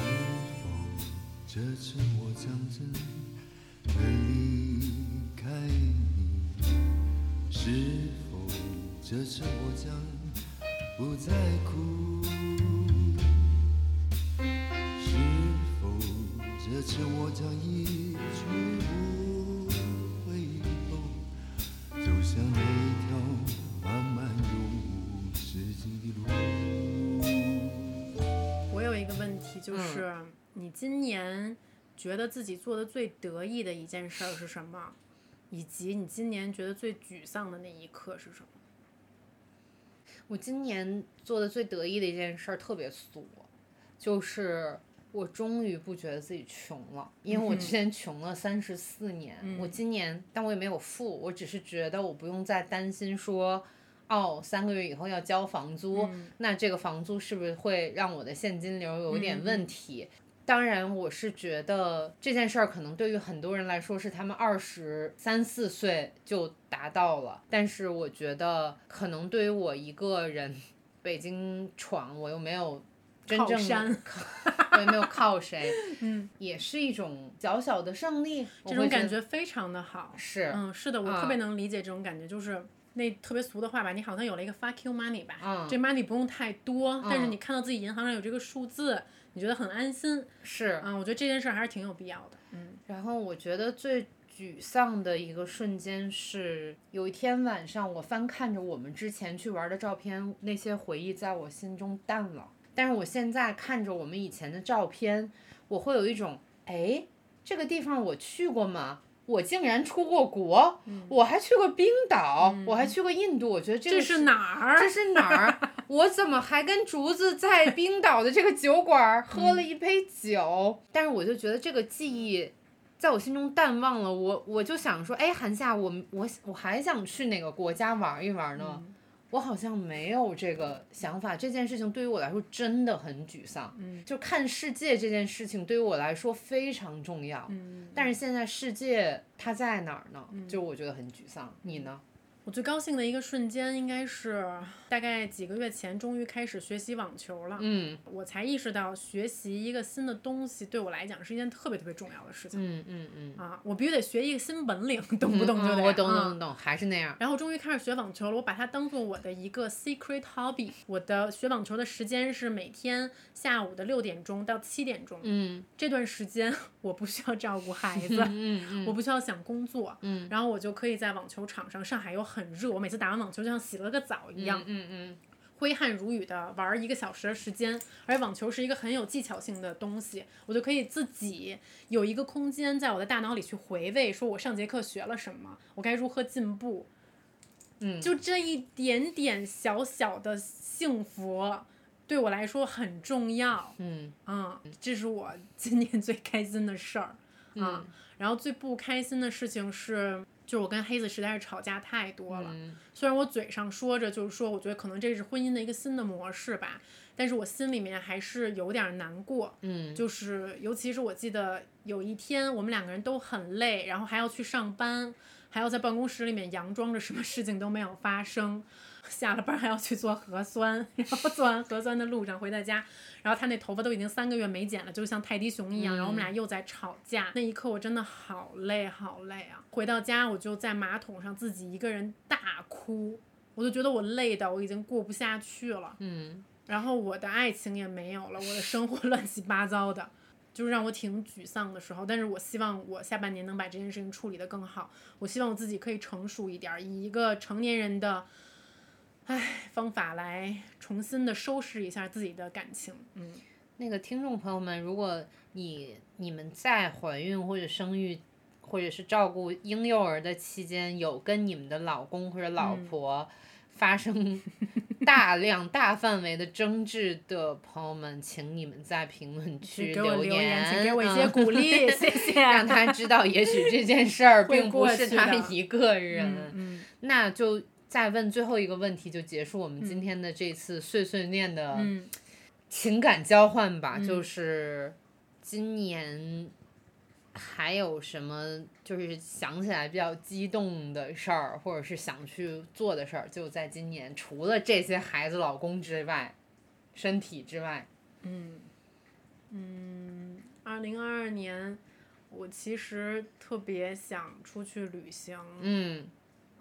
[SPEAKER 7] 否这次我将真的离开你？是否这次我将不再哭？是否这次我将一去不回头，走向那条漫漫永无止境的路？
[SPEAKER 3] 我有一个问题，
[SPEAKER 2] 嗯
[SPEAKER 3] 就是、你今年觉得自己做的最得意的一件事儿是什么？以及你今年觉得最沮丧的那一刻是什么？
[SPEAKER 2] 我今年做的最得意的一件事儿特别俗，就是我终于不觉得自己穷了，因为我之前穷了三十四年，我今年但我也没有富，我只是觉得我不用再担心说。哦，三个月以后要交房租，那这个房租是不是会让我的现金流有
[SPEAKER 3] 嗯
[SPEAKER 2] 点问题？当然，我是觉得这件事儿可能对于很多人来说是他们二十三四岁就达到了，但是我觉得可能对于我一个人，北京闯，我又没有真
[SPEAKER 3] 靠
[SPEAKER 2] 正的
[SPEAKER 3] 山
[SPEAKER 2] 我也没有靠 谁，嗯，也是一种小小的胜利，我
[SPEAKER 3] 这种
[SPEAKER 2] 会
[SPEAKER 3] 感
[SPEAKER 2] 得
[SPEAKER 3] 觉非常的好。
[SPEAKER 2] 是
[SPEAKER 3] 嗯，是的，我
[SPEAKER 2] 啊
[SPEAKER 3] 特别能理解这种感觉，就是那特别俗的话吧，你好像有了一个 fuck you money 吧，
[SPEAKER 2] 嗯
[SPEAKER 3] 这 money 不用太多，但是
[SPEAKER 2] 嗯
[SPEAKER 3] 你看到自己银行上有这个数字，你觉得很安心。
[SPEAKER 2] 是，
[SPEAKER 3] 嗯，我觉得这件事儿还是挺有必要的。嗯
[SPEAKER 2] 然后我觉得最沮丧的一个瞬间是，有一天晚上我翻看着我们之前去玩的照片，那些回忆在我心中淡了。但是我现在看着我们以前的照片，我会有一种，哎，这个地方我去过吗？我竟然出过国，我还去过冰岛，我还去过印度。我觉得这个
[SPEAKER 3] 这是哪儿
[SPEAKER 2] 这？是哪儿？ 我怎么还跟竹子在冰岛的这个酒馆儿
[SPEAKER 3] 嗯
[SPEAKER 2] 喝了一杯酒？但是我就觉得这个记忆在我心中淡忘了。我我就想说，哎，寒假我我我还想去哪个国家玩一玩呢？
[SPEAKER 3] 嗯
[SPEAKER 2] 我好像没有这个想法。这件事情对于我来说真的很沮丧。
[SPEAKER 3] 嗯
[SPEAKER 2] 就看世界这件事情对于我来说非常重要。
[SPEAKER 3] 嗯，
[SPEAKER 2] 但是现在世界它在哪儿呢？就我觉得很沮丧。你呢？
[SPEAKER 3] 我最高兴的一个瞬间应该是大概几个月前，终于开始学习网球了。
[SPEAKER 2] 嗯
[SPEAKER 3] 我才意识到，学习一个新的东西对我来讲是一件特别特别重要的事情、
[SPEAKER 2] 嗯嗯嗯。
[SPEAKER 3] 啊！我必须得学一个新本领，懂不懂就
[SPEAKER 2] 嗯
[SPEAKER 3] 得、
[SPEAKER 2] 我懂
[SPEAKER 3] 啊
[SPEAKER 2] 懂懂，还是那样。
[SPEAKER 3] 然后终于开始学网球了，我把它当做我的一个 secret hobby。我的学网球的时间是每天下午的六点钟到七点钟，
[SPEAKER 2] 嗯
[SPEAKER 3] 这段时间 我不需要照 顾孩子，
[SPEAKER 2] 嗯嗯
[SPEAKER 3] 我不需要想工作，
[SPEAKER 2] 嗯
[SPEAKER 3] 然后我就可以在网球场上，上海又很热，我每次打完网球就像洗了个澡一样
[SPEAKER 2] 嗯，嗯
[SPEAKER 3] 挥汗如雨的玩儿一个小时的时间，而且网球是一个很有技巧性的东西，我就可以自己有一个空间在我的大脑里去回味，说我上节课学了什么，我该如何进步。
[SPEAKER 2] 嗯
[SPEAKER 3] 就这一点点小小的幸福，对我来说很重要。
[SPEAKER 2] 嗯
[SPEAKER 3] 啊、这是我 今年最开心的事儿啊、
[SPEAKER 2] 嗯
[SPEAKER 3] 然后最不开心的事情是，就是我跟黑子实在是吵架太多了。
[SPEAKER 2] 嗯
[SPEAKER 3] 虽然我嘴上说着就是说，我觉得可能这是婚姻的一个新的模式吧，但是我心里面还是有点儿难过。
[SPEAKER 2] 嗯，
[SPEAKER 3] 就是尤其是我记得有一天我们两个人都很累，然后还要去上班，还要在办公室里面佯装着什么事情都没有发生。下了班还要去做核酸，然后做完核酸的路上回到家，然后他那头发都已经三个月没剪了，就像泰迪熊一样。然后我们俩又在吵架，那一刻我真的好累好累啊！回到家我就在马桶上自己一个人大哭，我就觉得我累的我已经过不下去了。
[SPEAKER 2] 嗯，
[SPEAKER 3] 然后我的爱情也没有了，我的生活 乱七八糟的，就是让我挺沮丧的时候。但是我希望我下半年能把这件事情处理得更好，我希望我自己可以成熟一点儿，以一个成年人的，唉方法来重新的收拾一下自己的感情。嗯，
[SPEAKER 2] 那个听众朋友们，如果你你们在怀孕或者生育，或者是照顾婴幼儿的期间，有跟你们的老公或者老
[SPEAKER 3] 嗯
[SPEAKER 2] 婆发 生大量大范围的争执的朋友们，请你们在评论区
[SPEAKER 3] 给我留啊
[SPEAKER 2] 言，
[SPEAKER 3] 请给我一些
[SPEAKER 2] 嗯
[SPEAKER 3] 鼓 励，谢谢。
[SPEAKER 2] 让他知道，也许这件事儿
[SPEAKER 3] 会
[SPEAKER 2] 并不
[SPEAKER 3] 过
[SPEAKER 2] 是
[SPEAKER 3] 去
[SPEAKER 2] 他
[SPEAKER 3] 的
[SPEAKER 2] 一个人。
[SPEAKER 3] 嗯嗯
[SPEAKER 2] 那就再问最后一个问题，就结束我们今天的这次碎碎念的
[SPEAKER 3] 嗯，
[SPEAKER 2] 情感交换吧，
[SPEAKER 3] 嗯
[SPEAKER 2] 就是今年还有什么就是想起来比较激动的事儿，或者是想去做的事儿，就在今年。除了这些孩子、老公之外，身体之外，
[SPEAKER 3] 嗯，嗯，二零二二年，我其实特别想出去旅行。
[SPEAKER 2] 嗯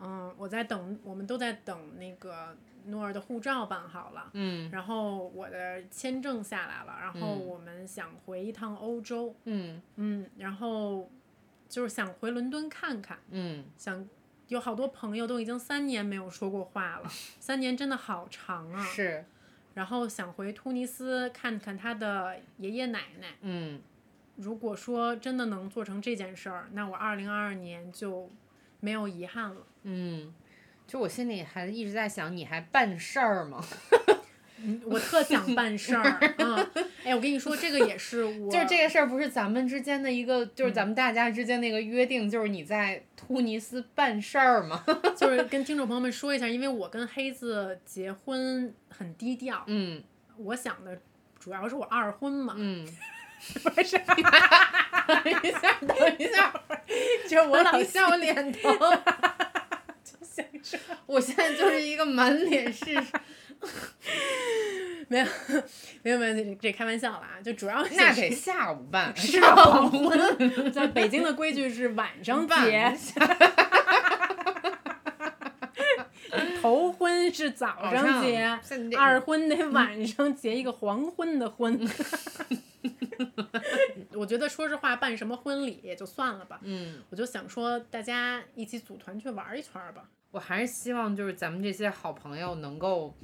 [SPEAKER 3] 嗯，我在等，我们都在等那个诺儿的护照办好了，
[SPEAKER 2] 嗯
[SPEAKER 3] 然后我的签证下来了，然后
[SPEAKER 2] 嗯
[SPEAKER 3] 我们想回一趟欧洲。
[SPEAKER 2] 嗯
[SPEAKER 3] 嗯，然后就是想回伦敦看看，
[SPEAKER 2] 嗯
[SPEAKER 3] 想。有好多朋友都已经三年没有说过话了，三年真的好长啊。
[SPEAKER 2] 是
[SPEAKER 3] 然后想回突尼斯看看他的爷爷奶奶，
[SPEAKER 2] 嗯
[SPEAKER 3] 如果说真的能做成这件事儿，那我二零二二年就没有遗憾了。
[SPEAKER 2] 嗯。就我心里还一直在想，你还办事儿吗？
[SPEAKER 3] 嗯我特想办事儿，嗯，哎，我跟你说，这个也 是我，
[SPEAKER 2] 就是这个事儿，不是咱们之间的一个，就是
[SPEAKER 3] 嗯
[SPEAKER 2] 咱们大家之间的一个约定，就是你在突尼斯办事儿吗？
[SPEAKER 3] 就是跟听众朋友们说一下，因为我跟黑子结婚很低调，
[SPEAKER 2] 嗯
[SPEAKER 3] 我想的主要是我二婚嘛，
[SPEAKER 2] 嗯，
[SPEAKER 3] 不是，
[SPEAKER 2] 等一下，等一下，
[SPEAKER 3] 就是我
[SPEAKER 2] 我
[SPEAKER 3] 老
[SPEAKER 2] 老笑
[SPEAKER 3] 笑
[SPEAKER 2] 我 脸疼，
[SPEAKER 3] 想着
[SPEAKER 2] 我现在就是一个满脸是。
[SPEAKER 3] 没有没有没有，这这开玩笑了啊，就主要是
[SPEAKER 2] 那得下午 办，
[SPEAKER 3] 是
[SPEAKER 2] 吧？
[SPEAKER 3] 吧？我们 在北京的规矩是 晚上结
[SPEAKER 2] 办，
[SPEAKER 3] 头婚是早上结，
[SPEAKER 2] 像你这
[SPEAKER 3] 二婚得晚上结一个黄昏的婚。
[SPEAKER 2] 嗯
[SPEAKER 3] 我觉得说实话，办什么婚礼也就算了吧。
[SPEAKER 2] 嗯，
[SPEAKER 3] 我就想说，大家一起组团去玩一圈儿吧。
[SPEAKER 2] 我还是希望就是咱们这些好朋友能够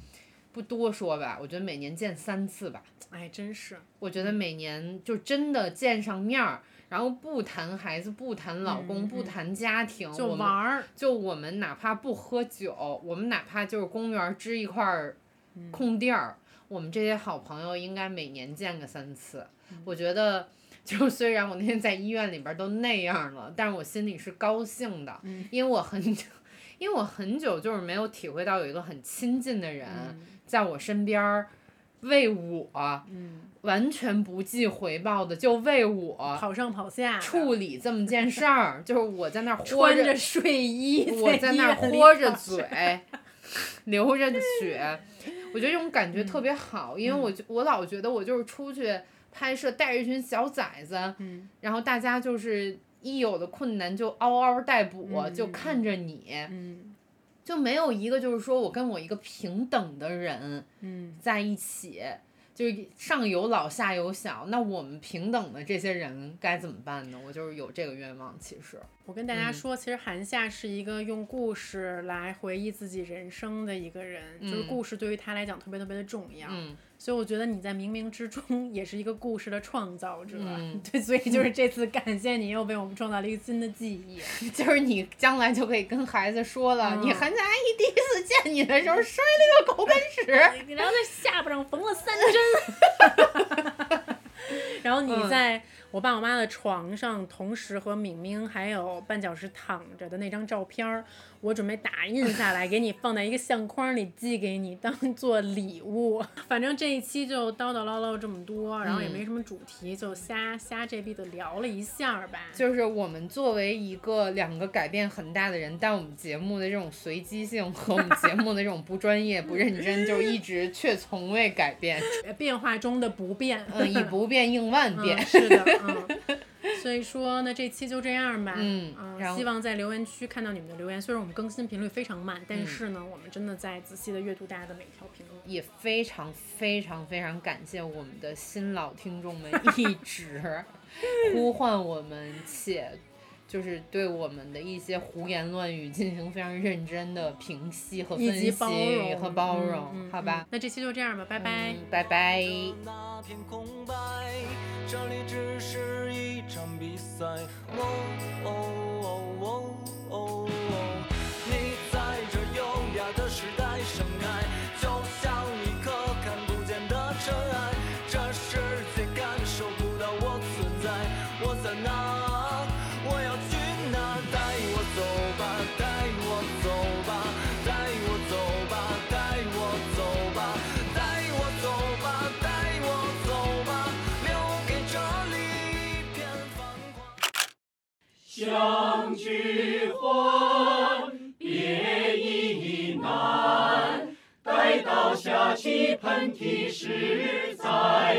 [SPEAKER 2] 不多说吧，我觉得每年见三次吧。
[SPEAKER 3] 哎，真是，
[SPEAKER 2] 我觉得每年就真的见上面儿，然后不谈孩子，不谈老公，
[SPEAKER 3] 嗯
[SPEAKER 2] 不
[SPEAKER 3] 嗯
[SPEAKER 2] 谈家庭，
[SPEAKER 3] 就
[SPEAKER 2] 我
[SPEAKER 3] 玩
[SPEAKER 2] 们
[SPEAKER 3] 儿，
[SPEAKER 2] 就我们哪怕不喝酒，我们哪怕就是公园儿支一块儿
[SPEAKER 3] 嗯
[SPEAKER 2] 空地儿，我们这些好朋友应该每年见个三次。
[SPEAKER 3] 嗯
[SPEAKER 2] 我觉得，就虽然我那天在医院里边儿都那样了，但是我心里是高兴的，
[SPEAKER 3] 嗯
[SPEAKER 2] 因为我很久，因为我很久就是没有体会到有一个很亲近的人
[SPEAKER 3] 嗯
[SPEAKER 2] 在我身边儿。为我，
[SPEAKER 3] 嗯
[SPEAKER 2] 完全不计回报的，就为我
[SPEAKER 3] 跑上跑下的，
[SPEAKER 2] 啊处理这么件事儿，就是我在那儿豁
[SPEAKER 3] 穿着睡衣，
[SPEAKER 2] 我在那儿
[SPEAKER 3] 医院里
[SPEAKER 2] 豁着
[SPEAKER 3] 跑
[SPEAKER 2] 嘴， 流着血，我觉得这种感觉特别好，因为我就我老觉得我就是出去拍摄，带着一群小崽子，
[SPEAKER 3] 嗯
[SPEAKER 2] 然后大家就是一有的困难就嗷嗷待哺，
[SPEAKER 3] 嗯
[SPEAKER 2] 就
[SPEAKER 3] 嗯
[SPEAKER 2] 看着你，
[SPEAKER 3] 嗯
[SPEAKER 2] 就没有一个就是说我跟我一个平等的人
[SPEAKER 3] 嗯
[SPEAKER 2] 在一起。就是上有老下有小，那我们平等的这些人该怎么办呢？我就是有这个愿望，其实，
[SPEAKER 3] 我跟大家
[SPEAKER 2] 嗯
[SPEAKER 3] 说，其实韩夏是一个用故事来回忆自己人生的一个人，就是
[SPEAKER 2] 嗯
[SPEAKER 3] 故事对于他来讲特别特别的重要。
[SPEAKER 2] 嗯
[SPEAKER 3] 所以我觉得你在冥冥之中 也是一个故事的创造者。
[SPEAKER 2] 嗯
[SPEAKER 3] 对，所以 就是这次感谢你又为我们创造了一个新的记忆。
[SPEAKER 2] 就是你将来就可以跟孩子说了，
[SPEAKER 3] 嗯
[SPEAKER 2] 你韩佳阿姨第一次见你的时候摔了个狗啃屎。 嗯
[SPEAKER 3] 然后在下巴上缝了三针，然后你在我爸我妈的床上，同时和敏敏还有绊脚石躺着的那张照片儿，我准备打印下来，给你放在一个相框里寄给你，当做礼物。 反正这一期就叨叨唠唠这么多，然后也
[SPEAKER 2] 嗯
[SPEAKER 3] 没什么主题，就瞎瞎这逼的聊了一下儿吧。
[SPEAKER 2] 就是我们作为一个两个改变很大的人，但我们节目的这种随机性和我们节目的这种不专业、不认真，就一直却从未改变，
[SPEAKER 3] 变化中的不变，
[SPEAKER 2] 嗯，以不变应万变。
[SPEAKER 3] 嗯、是 的，嗯。所以说呢，这期就这样吧。
[SPEAKER 2] 嗯然后
[SPEAKER 3] 希望在留言区看到你们的留言。虽然我们更新频率非常慢，但是
[SPEAKER 2] 嗯
[SPEAKER 3] 呢，我们真的在仔细的阅读大家的每条评论。
[SPEAKER 2] 也非常非常非常感谢我们的新老听众 们一直呼唤我们，且就是对我们的一些胡言乱语进行非常认真的评析和
[SPEAKER 3] 以
[SPEAKER 2] 分
[SPEAKER 3] 及
[SPEAKER 2] 析
[SPEAKER 3] 包容
[SPEAKER 2] 和包
[SPEAKER 3] 嗯
[SPEAKER 2] 容，
[SPEAKER 3] 嗯
[SPEAKER 2] 好吧
[SPEAKER 3] 嗯？那这期就这样吧，拜拜。
[SPEAKER 2] 嗯拜拜。
[SPEAKER 6] 那片空白，这里只是一场比赛。哦哦哦哦哦哦，你在这优雅的时代盛开，就像一颗看不见的尘埃，这世界感受不到我存在。我在哪？我要去哪？带我走吧，带我走吧，带我走吧，带我走吧，带我走吧，带我走吧，留给这里一片繁华。
[SPEAKER 1] 相聚欢，别亦难。待到下期喷嚏时再